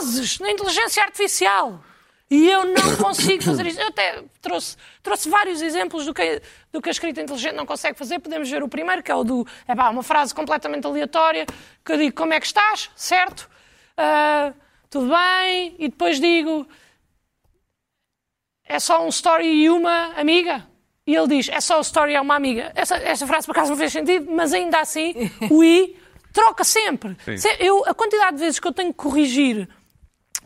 S3: Vozes na inteligência artificial. E eu não consigo fazer isso. Eu até trouxe, trouxe vários exemplos do que, do que a escrita inteligente não consegue fazer. Podemos ver o primeiro, que é o do. É pá, uma frase completamente aleatória, que eu digo: Como é que estás? Certo? Ah, tudo bem? E depois digo: é só um story e uma amiga? E ele diz, é só o story e uma amiga. Essa, esta frase por acaso não fez sentido, mas ainda assim, o i troca sempre.
S1: Sim.
S3: Se- Eu, a quantidade de vezes que eu tenho que corrigir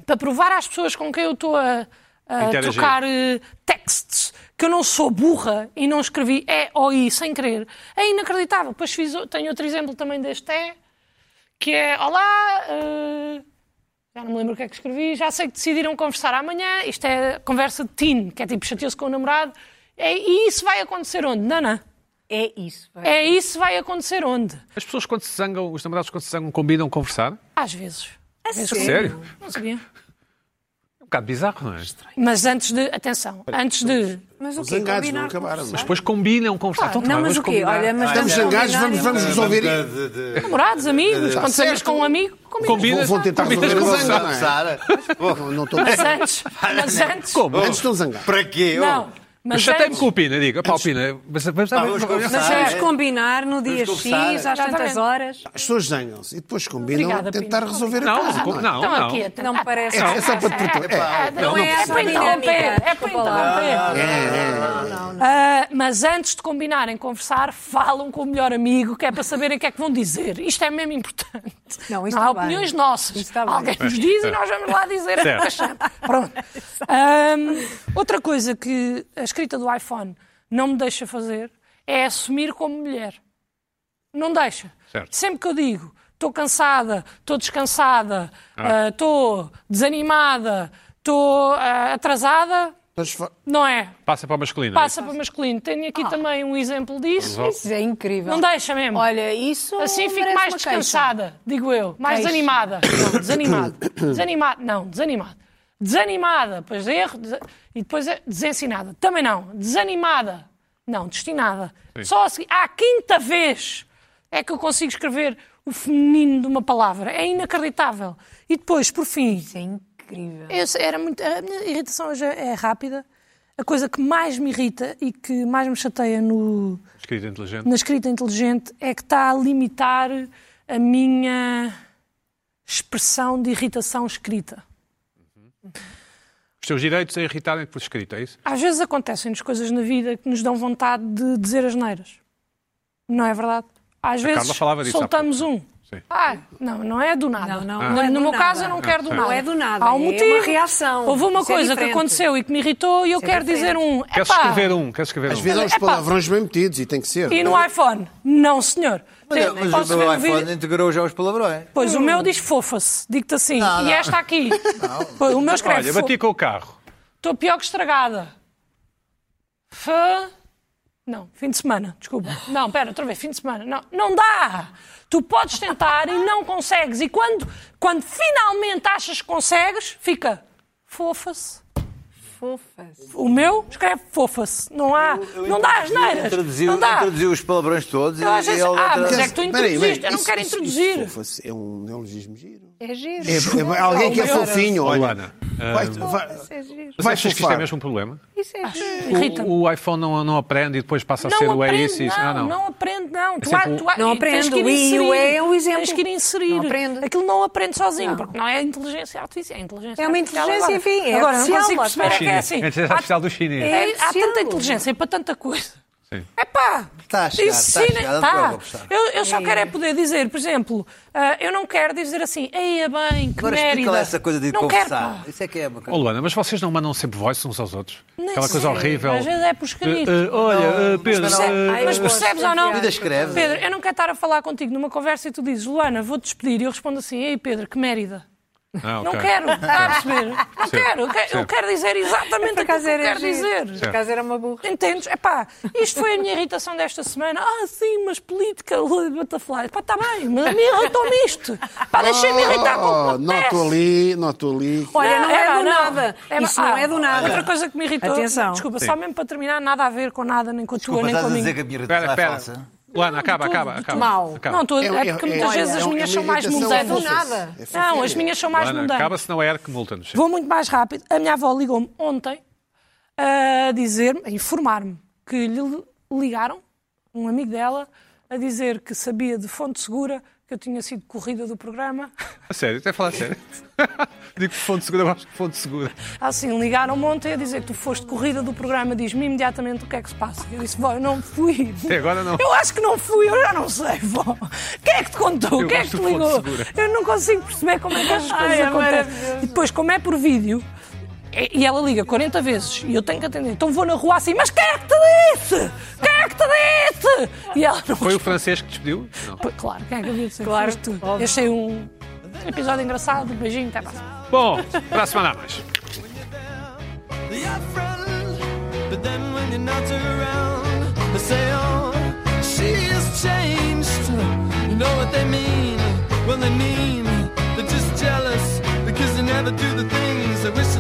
S3: para provar às pessoas com quem eu estou a, a
S1: Interagir.
S3: trocar eh, textos que eu não sou burra e não escrevi é ou i sem querer, é inacreditável. Depois fiz, o- tenho outro exemplo também deste é, que é, olá... eh, já não me lembro o que é que escrevi, já sei que decidiram conversar amanhã. Isto é conversa de teen, que é tipo chateou-se com o namorado. É, e isso vai acontecer onde? Não, não.
S6: É isso. vai.
S3: É isso vai acontecer onde?
S1: As pessoas quando se zangam, os namorados quando se zangam, combinam conversar?
S3: Às vezes.
S6: A sério?
S1: Sério?
S3: Não sabia.
S1: É um bocado bizarro, não é?
S3: Mas antes de, atenção, antes de.
S6: Mas o
S2: Os
S6: quê?
S2: zangados não
S6: Combinar
S2: acabaram.
S6: com-
S2: Mas
S1: Depois combinam conversar. Então,
S6: Não,
S1: claro,
S6: mas o
S1: vamos
S6: quê?
S1: combinar. é.
S6: Olha, mas
S2: Estamos
S6: vamos
S2: zangados, vamos,
S6: combinar-
S2: vamos resolver isso.
S7: De- de-
S3: Namorados, amigos, quando
S2: certo.
S3: saís com um amigo, combina.
S1: Combinas,
S2: Vão tentar
S1: combinas
S2: resolver
S1: com
S2: o problema.
S1: zanga.
S7: Sara,
S2: é? Não, não estou...
S3: Mas antes, mas antes.
S1: Como?
S2: Antes estão zangados.
S7: para quê?
S3: Não,
S1: Eu
S3: mas
S1: chatei-me
S3: antes.
S1: com o Pina, diga. Pá, o Pina, mas, mas,
S7: vamos conversar.
S6: Mas
S7: Ah,
S6: vamos
S7: é?
S6: combinar no dia
S7: Vamos
S6: X,
S7: conversar.
S6: às tantas
S3: Exatamente.
S6: horas.
S2: As pessoas zangam-se e depois combinam
S3: Obrigada,
S2: tentar
S3: Pina.
S2: resolver
S1: Não,
S2: a coisa. é?
S1: não,
S3: Estão
S1: não.
S3: Então, aqui a tentar.
S6: Não me parece.
S1: É,
S2: É só para te proteger.
S3: Ah, não,
S6: é
S3: é
S6: essa
S3: para
S6: a dinâmica.
S3: interromper, é para
S6: Desculpa lá.
S3: interromper. Ah, mas antes de combinarem conversar, falam com o melhor amigo, que é para saberem o que é que vão dizer. Isto é mesmo importante.
S6: Não, isso
S3: há
S6: está
S3: opiniões
S6: bem.
S3: nossas.
S6: Isso está bem.
S3: Alguém nos diz e nós vamos lá dizer. a que
S1: Certo.
S3: achamos. Pronto. Ahm, outra coisa que a escrita do iPhone não me deixa fazer é assumir como mulher. Não deixa.
S1: Certo.
S3: Sempre que eu digo estou cansada, estou descansada, estou desanimada, estou atrasada,
S2: Mas fa-
S3: não é?
S1: Passa para a masculina.
S3: Passa para masculino. Tenho aqui também um exemplo disso.
S5: Isso é incrível.
S3: Não deixa mesmo.
S5: Olha, isso.
S3: Assim fico
S5: merece
S3: mais
S5: uma queixa.
S3: descansada, digo eu. Mais
S5: Queixa.
S3: desanimada. Não, desanimado. Desanimado. Não, desanimado. Desanimada, pois é, erro. desa- E depois é desensinada. Também não. Desanimada. Não, destinada. Só a seguir. À quinta vez é que eu consigo escrever o feminino de uma palavra. É inacreditável. E depois, por fim,
S5: Isso é incrível.
S3: eu sei, era muito, a minha irritação hoje é é rápida. A coisa que mais me irrita e que mais me chateia no,
S1: Escrita inteligente.
S3: na escrita inteligente é que está a limitar a minha expressão de irritação escrita.
S1: Os teus direitos a irritarem por escrita, é isso?
S3: Às vezes acontecem-nos coisas na vida que nos dão vontade de dizer as neiras. Não é verdade? Às vezes
S1: Carla falava disso há
S3: soltamos um.
S1: Sim.
S3: Ah, não, não é do nada.
S6: Não, não,
S3: No-
S6: não é
S3: no
S6: do
S3: meu
S6: nada.
S3: caso, eu não quero do
S6: Não
S3: nada.
S6: é do nada,
S3: Há um
S6: é uma
S3: motivo.
S6: reação.
S3: Houve uma
S6: Isso é
S3: coisa que
S6: diferente.
S3: aconteceu e que me irritou e eu
S6: é
S3: quero dizer um.
S1: Queres
S3: "Epá,
S1: escrever um? Queres escrever
S2: Às
S1: um?
S2: vezes há uns
S3: Epá.
S2: palavrões bem metidos e tem que ser.
S3: E no iPhone? Não, senhor.
S7: Mas,
S3: Tem-
S7: mas
S3: posso
S7: o
S3: ver
S7: meu
S3: o vídeo?
S7: iPhone integrou já os palavrões.
S3: Pois, o meu diz fofa-se, digo-te assim.
S7: Hum. Não,
S3: E
S7: não.
S3: esta aqui. Pois, o meu escreve.
S1: Olha, tipo-
S3: Estou
S1: bati com o carro.
S3: pior que estragada. F... Não, fim de semana, desculpa. Não, pera, outra vez, fim de semana. Não, não dá! Tu podes tentar e não consegues. E quando, quando finalmente achas que consegues, fica fofa-se.
S5: Fofas.
S3: O meu escreve fofa-se. Não há. não dá as neiras.
S7: Traduziu,
S3: Não dá.
S7: traduziu os palavrões todos
S3: Eu
S7: e
S3: às vezes-
S7: ele
S3: ah, mas
S7: tra-
S3: é que tu
S2: Espera aí,
S3: introduziste,
S2: espera aí.
S3: eu não quero
S2: Isso- isso-
S3: introduzir.
S2: isso fosse- é um neologismo giro.
S5: É giro.
S2: É, é- é alguém que é
S3: maior.
S2: fofinho.
S1: Olha,
S2: Olha,
S1: Ana,
S2: vai, vai,
S5: Isso é giro.
S1: mas
S2: vai
S1: achas que isto é
S2: fofar.
S1: mesmo um problema?
S5: Isso é giro.
S3: Irrita-me.
S1: O, o iPhone não, não aprende e depois passa a ser o é isso e isso.
S3: não,
S1: Ah, não.
S3: aprende, não. Tu,
S1: sempre
S3: há-
S1: o-
S3: tu há-
S6: Não
S3: e tens
S6: aprende.
S3: que ir
S6: O I e o
S3: inserir.
S6: E é um exemplo.
S3: Tens que ir inserir.
S6: Não aprende.
S3: Aquilo não aprende sozinho, porque não é inteligência artificial. É, inteligência
S6: É uma
S3: artificial
S6: inteligência,
S3: agora.
S6: enfim, é
S3: Agora, não
S6: artificial,
S3: consigo
S6: lá
S3: perceber é
S6: está.
S3: que é assim.
S1: É a inteligência artificial do chinês.
S6: É
S3: Há- há
S6: artificial.
S3: tanta inteligência para tanta coisa.
S1: Sim.
S3: É pá,
S7: Está Tá a chegar, está a chegar, não te preocupes, está.
S3: Eu, eu só quero é poder dizer, por exemplo, ah, eu não quero dizer assim, ei, é bem, que
S7: Agora
S3: mérida.
S7: explica lá essa coisa de
S3: não quero, pá.
S7: conversar. Isso é que é uma
S1: Oh,
S7: coisa.
S1: Luana, mas vocês não mandam sempre voice uns aos outros?
S3: Nem
S1: Aquela coisa
S3: sei.
S1: horrível.
S3: Às vezes é por escrito.
S1: Eh, eh, olha, eh, Pedro,
S7: mas não-
S1: eh,
S6: Ai, eu
S3: Mas
S6: gosto
S3: percebes
S6: de
S3: ou não?
S6: enviar.
S7: Vida escreve.
S3: Pedro, eu não quero estar a falar contigo numa conversa e tu dizes, Luana, vou-te despedir. E eu respondo assim, ei Pedro, que mérida.
S1: ah,
S3: Não
S1: ok.
S3: quero, está a perceber? Não
S1: Sim.
S3: quero, eu quero, eu
S1: Sim.
S3: quero dizer exatamente
S5: Por
S3: o que
S6: Então,
S3: eu
S5: acaso era
S3: quero
S5: giro.
S3: dizer.
S5: Por acaso era uma burra.
S3: Entendes? Epá, isto foi a minha irritação desta semana. Ah, sim, mas política, butterfly. Pá, está bem, mas a mim irritou-me isto. Pá, deixei-me irritar com o
S2: Oh,
S3: que
S2: noto
S3: acontece.
S2: ali, noto ali.
S6: Olha, não, é
S3: epá,
S6: do nada. Isso não
S3: ah,
S6: é do nada.
S3: Outra coisa que me irritou.
S6: Atenção.
S3: Desculpa, só mesmo para terminar, nada a ver com nada, nem com a tua,
S7: Desculpa,
S3: nem
S7: estás
S3: com
S7: a
S3: a
S7: dizer
S3: minha.
S7: que a minha
S1: Espera,
S7: redação é
S1: espera.
S7: falsa.
S1: Luana, acaba, acaba, acaba.
S6: Mau.
S1: acaba.
S3: Não, estou é,
S2: É-
S3: porque
S2: é-
S3: muitas
S2: é-
S3: vezes
S2: é
S3: as
S2: uma
S3: minhas são mais
S2: irritação
S3: mundanas.
S2: fofa-se.
S5: nada.
S2: É fofinha.
S3: Não, as minhas são mais
S1: Luana,
S3: mundanas.
S1: acaba, senão é que multa-nos. gente.
S3: Vou muito mais rápido. A minha avó ligou-me ontem a dizer-me, a informar-me, que lhe ligaram, um amigo dela, a dizer que sabia de fonte segura que eu tinha sido corrida do programa.
S1: A sério, até falar a sério. Digo que fonte segura, eu acho que fonte segura.
S3: Assim, ligaram-me ontem a dizer que tu foste corrida do programa, diz-me imediatamente o que é que se passa. Eu disse, vó, eu não fui.
S1: Até agora não.
S3: Eu acho que não fui, eu já não sei, vó. Quem é que te contou?
S1: Eu
S3: Quem é
S1: gosto
S3: que te
S1: do Fonte
S3: ligou?
S1: Segura.
S3: Eu não consigo perceber como é que estas coisas
S5: Ai, é
S3: acontecem.
S5: maravilhoso.
S3: E depois, como é por vídeo, e- e ela liga 40 vezes e eu tenho que atender, então vou na rua assim, mas quem é que te disse? Quem é que te disse? E ela não
S1: Foi o francês que despediu? Não.
S3: Pois, Claro, quem é que eu disse?
S5: Claro,
S3: Foste tu.
S5: óbvio.
S3: Achei um episódio engraçado, beijinho, até a próxima.
S1: Bom, para a semana há mais.
S9: when you're down. You're friend, but then when you're not around, I say, oh, she is changed. You know what they mean? Well, they mean they're just jealous because they never do the things they wish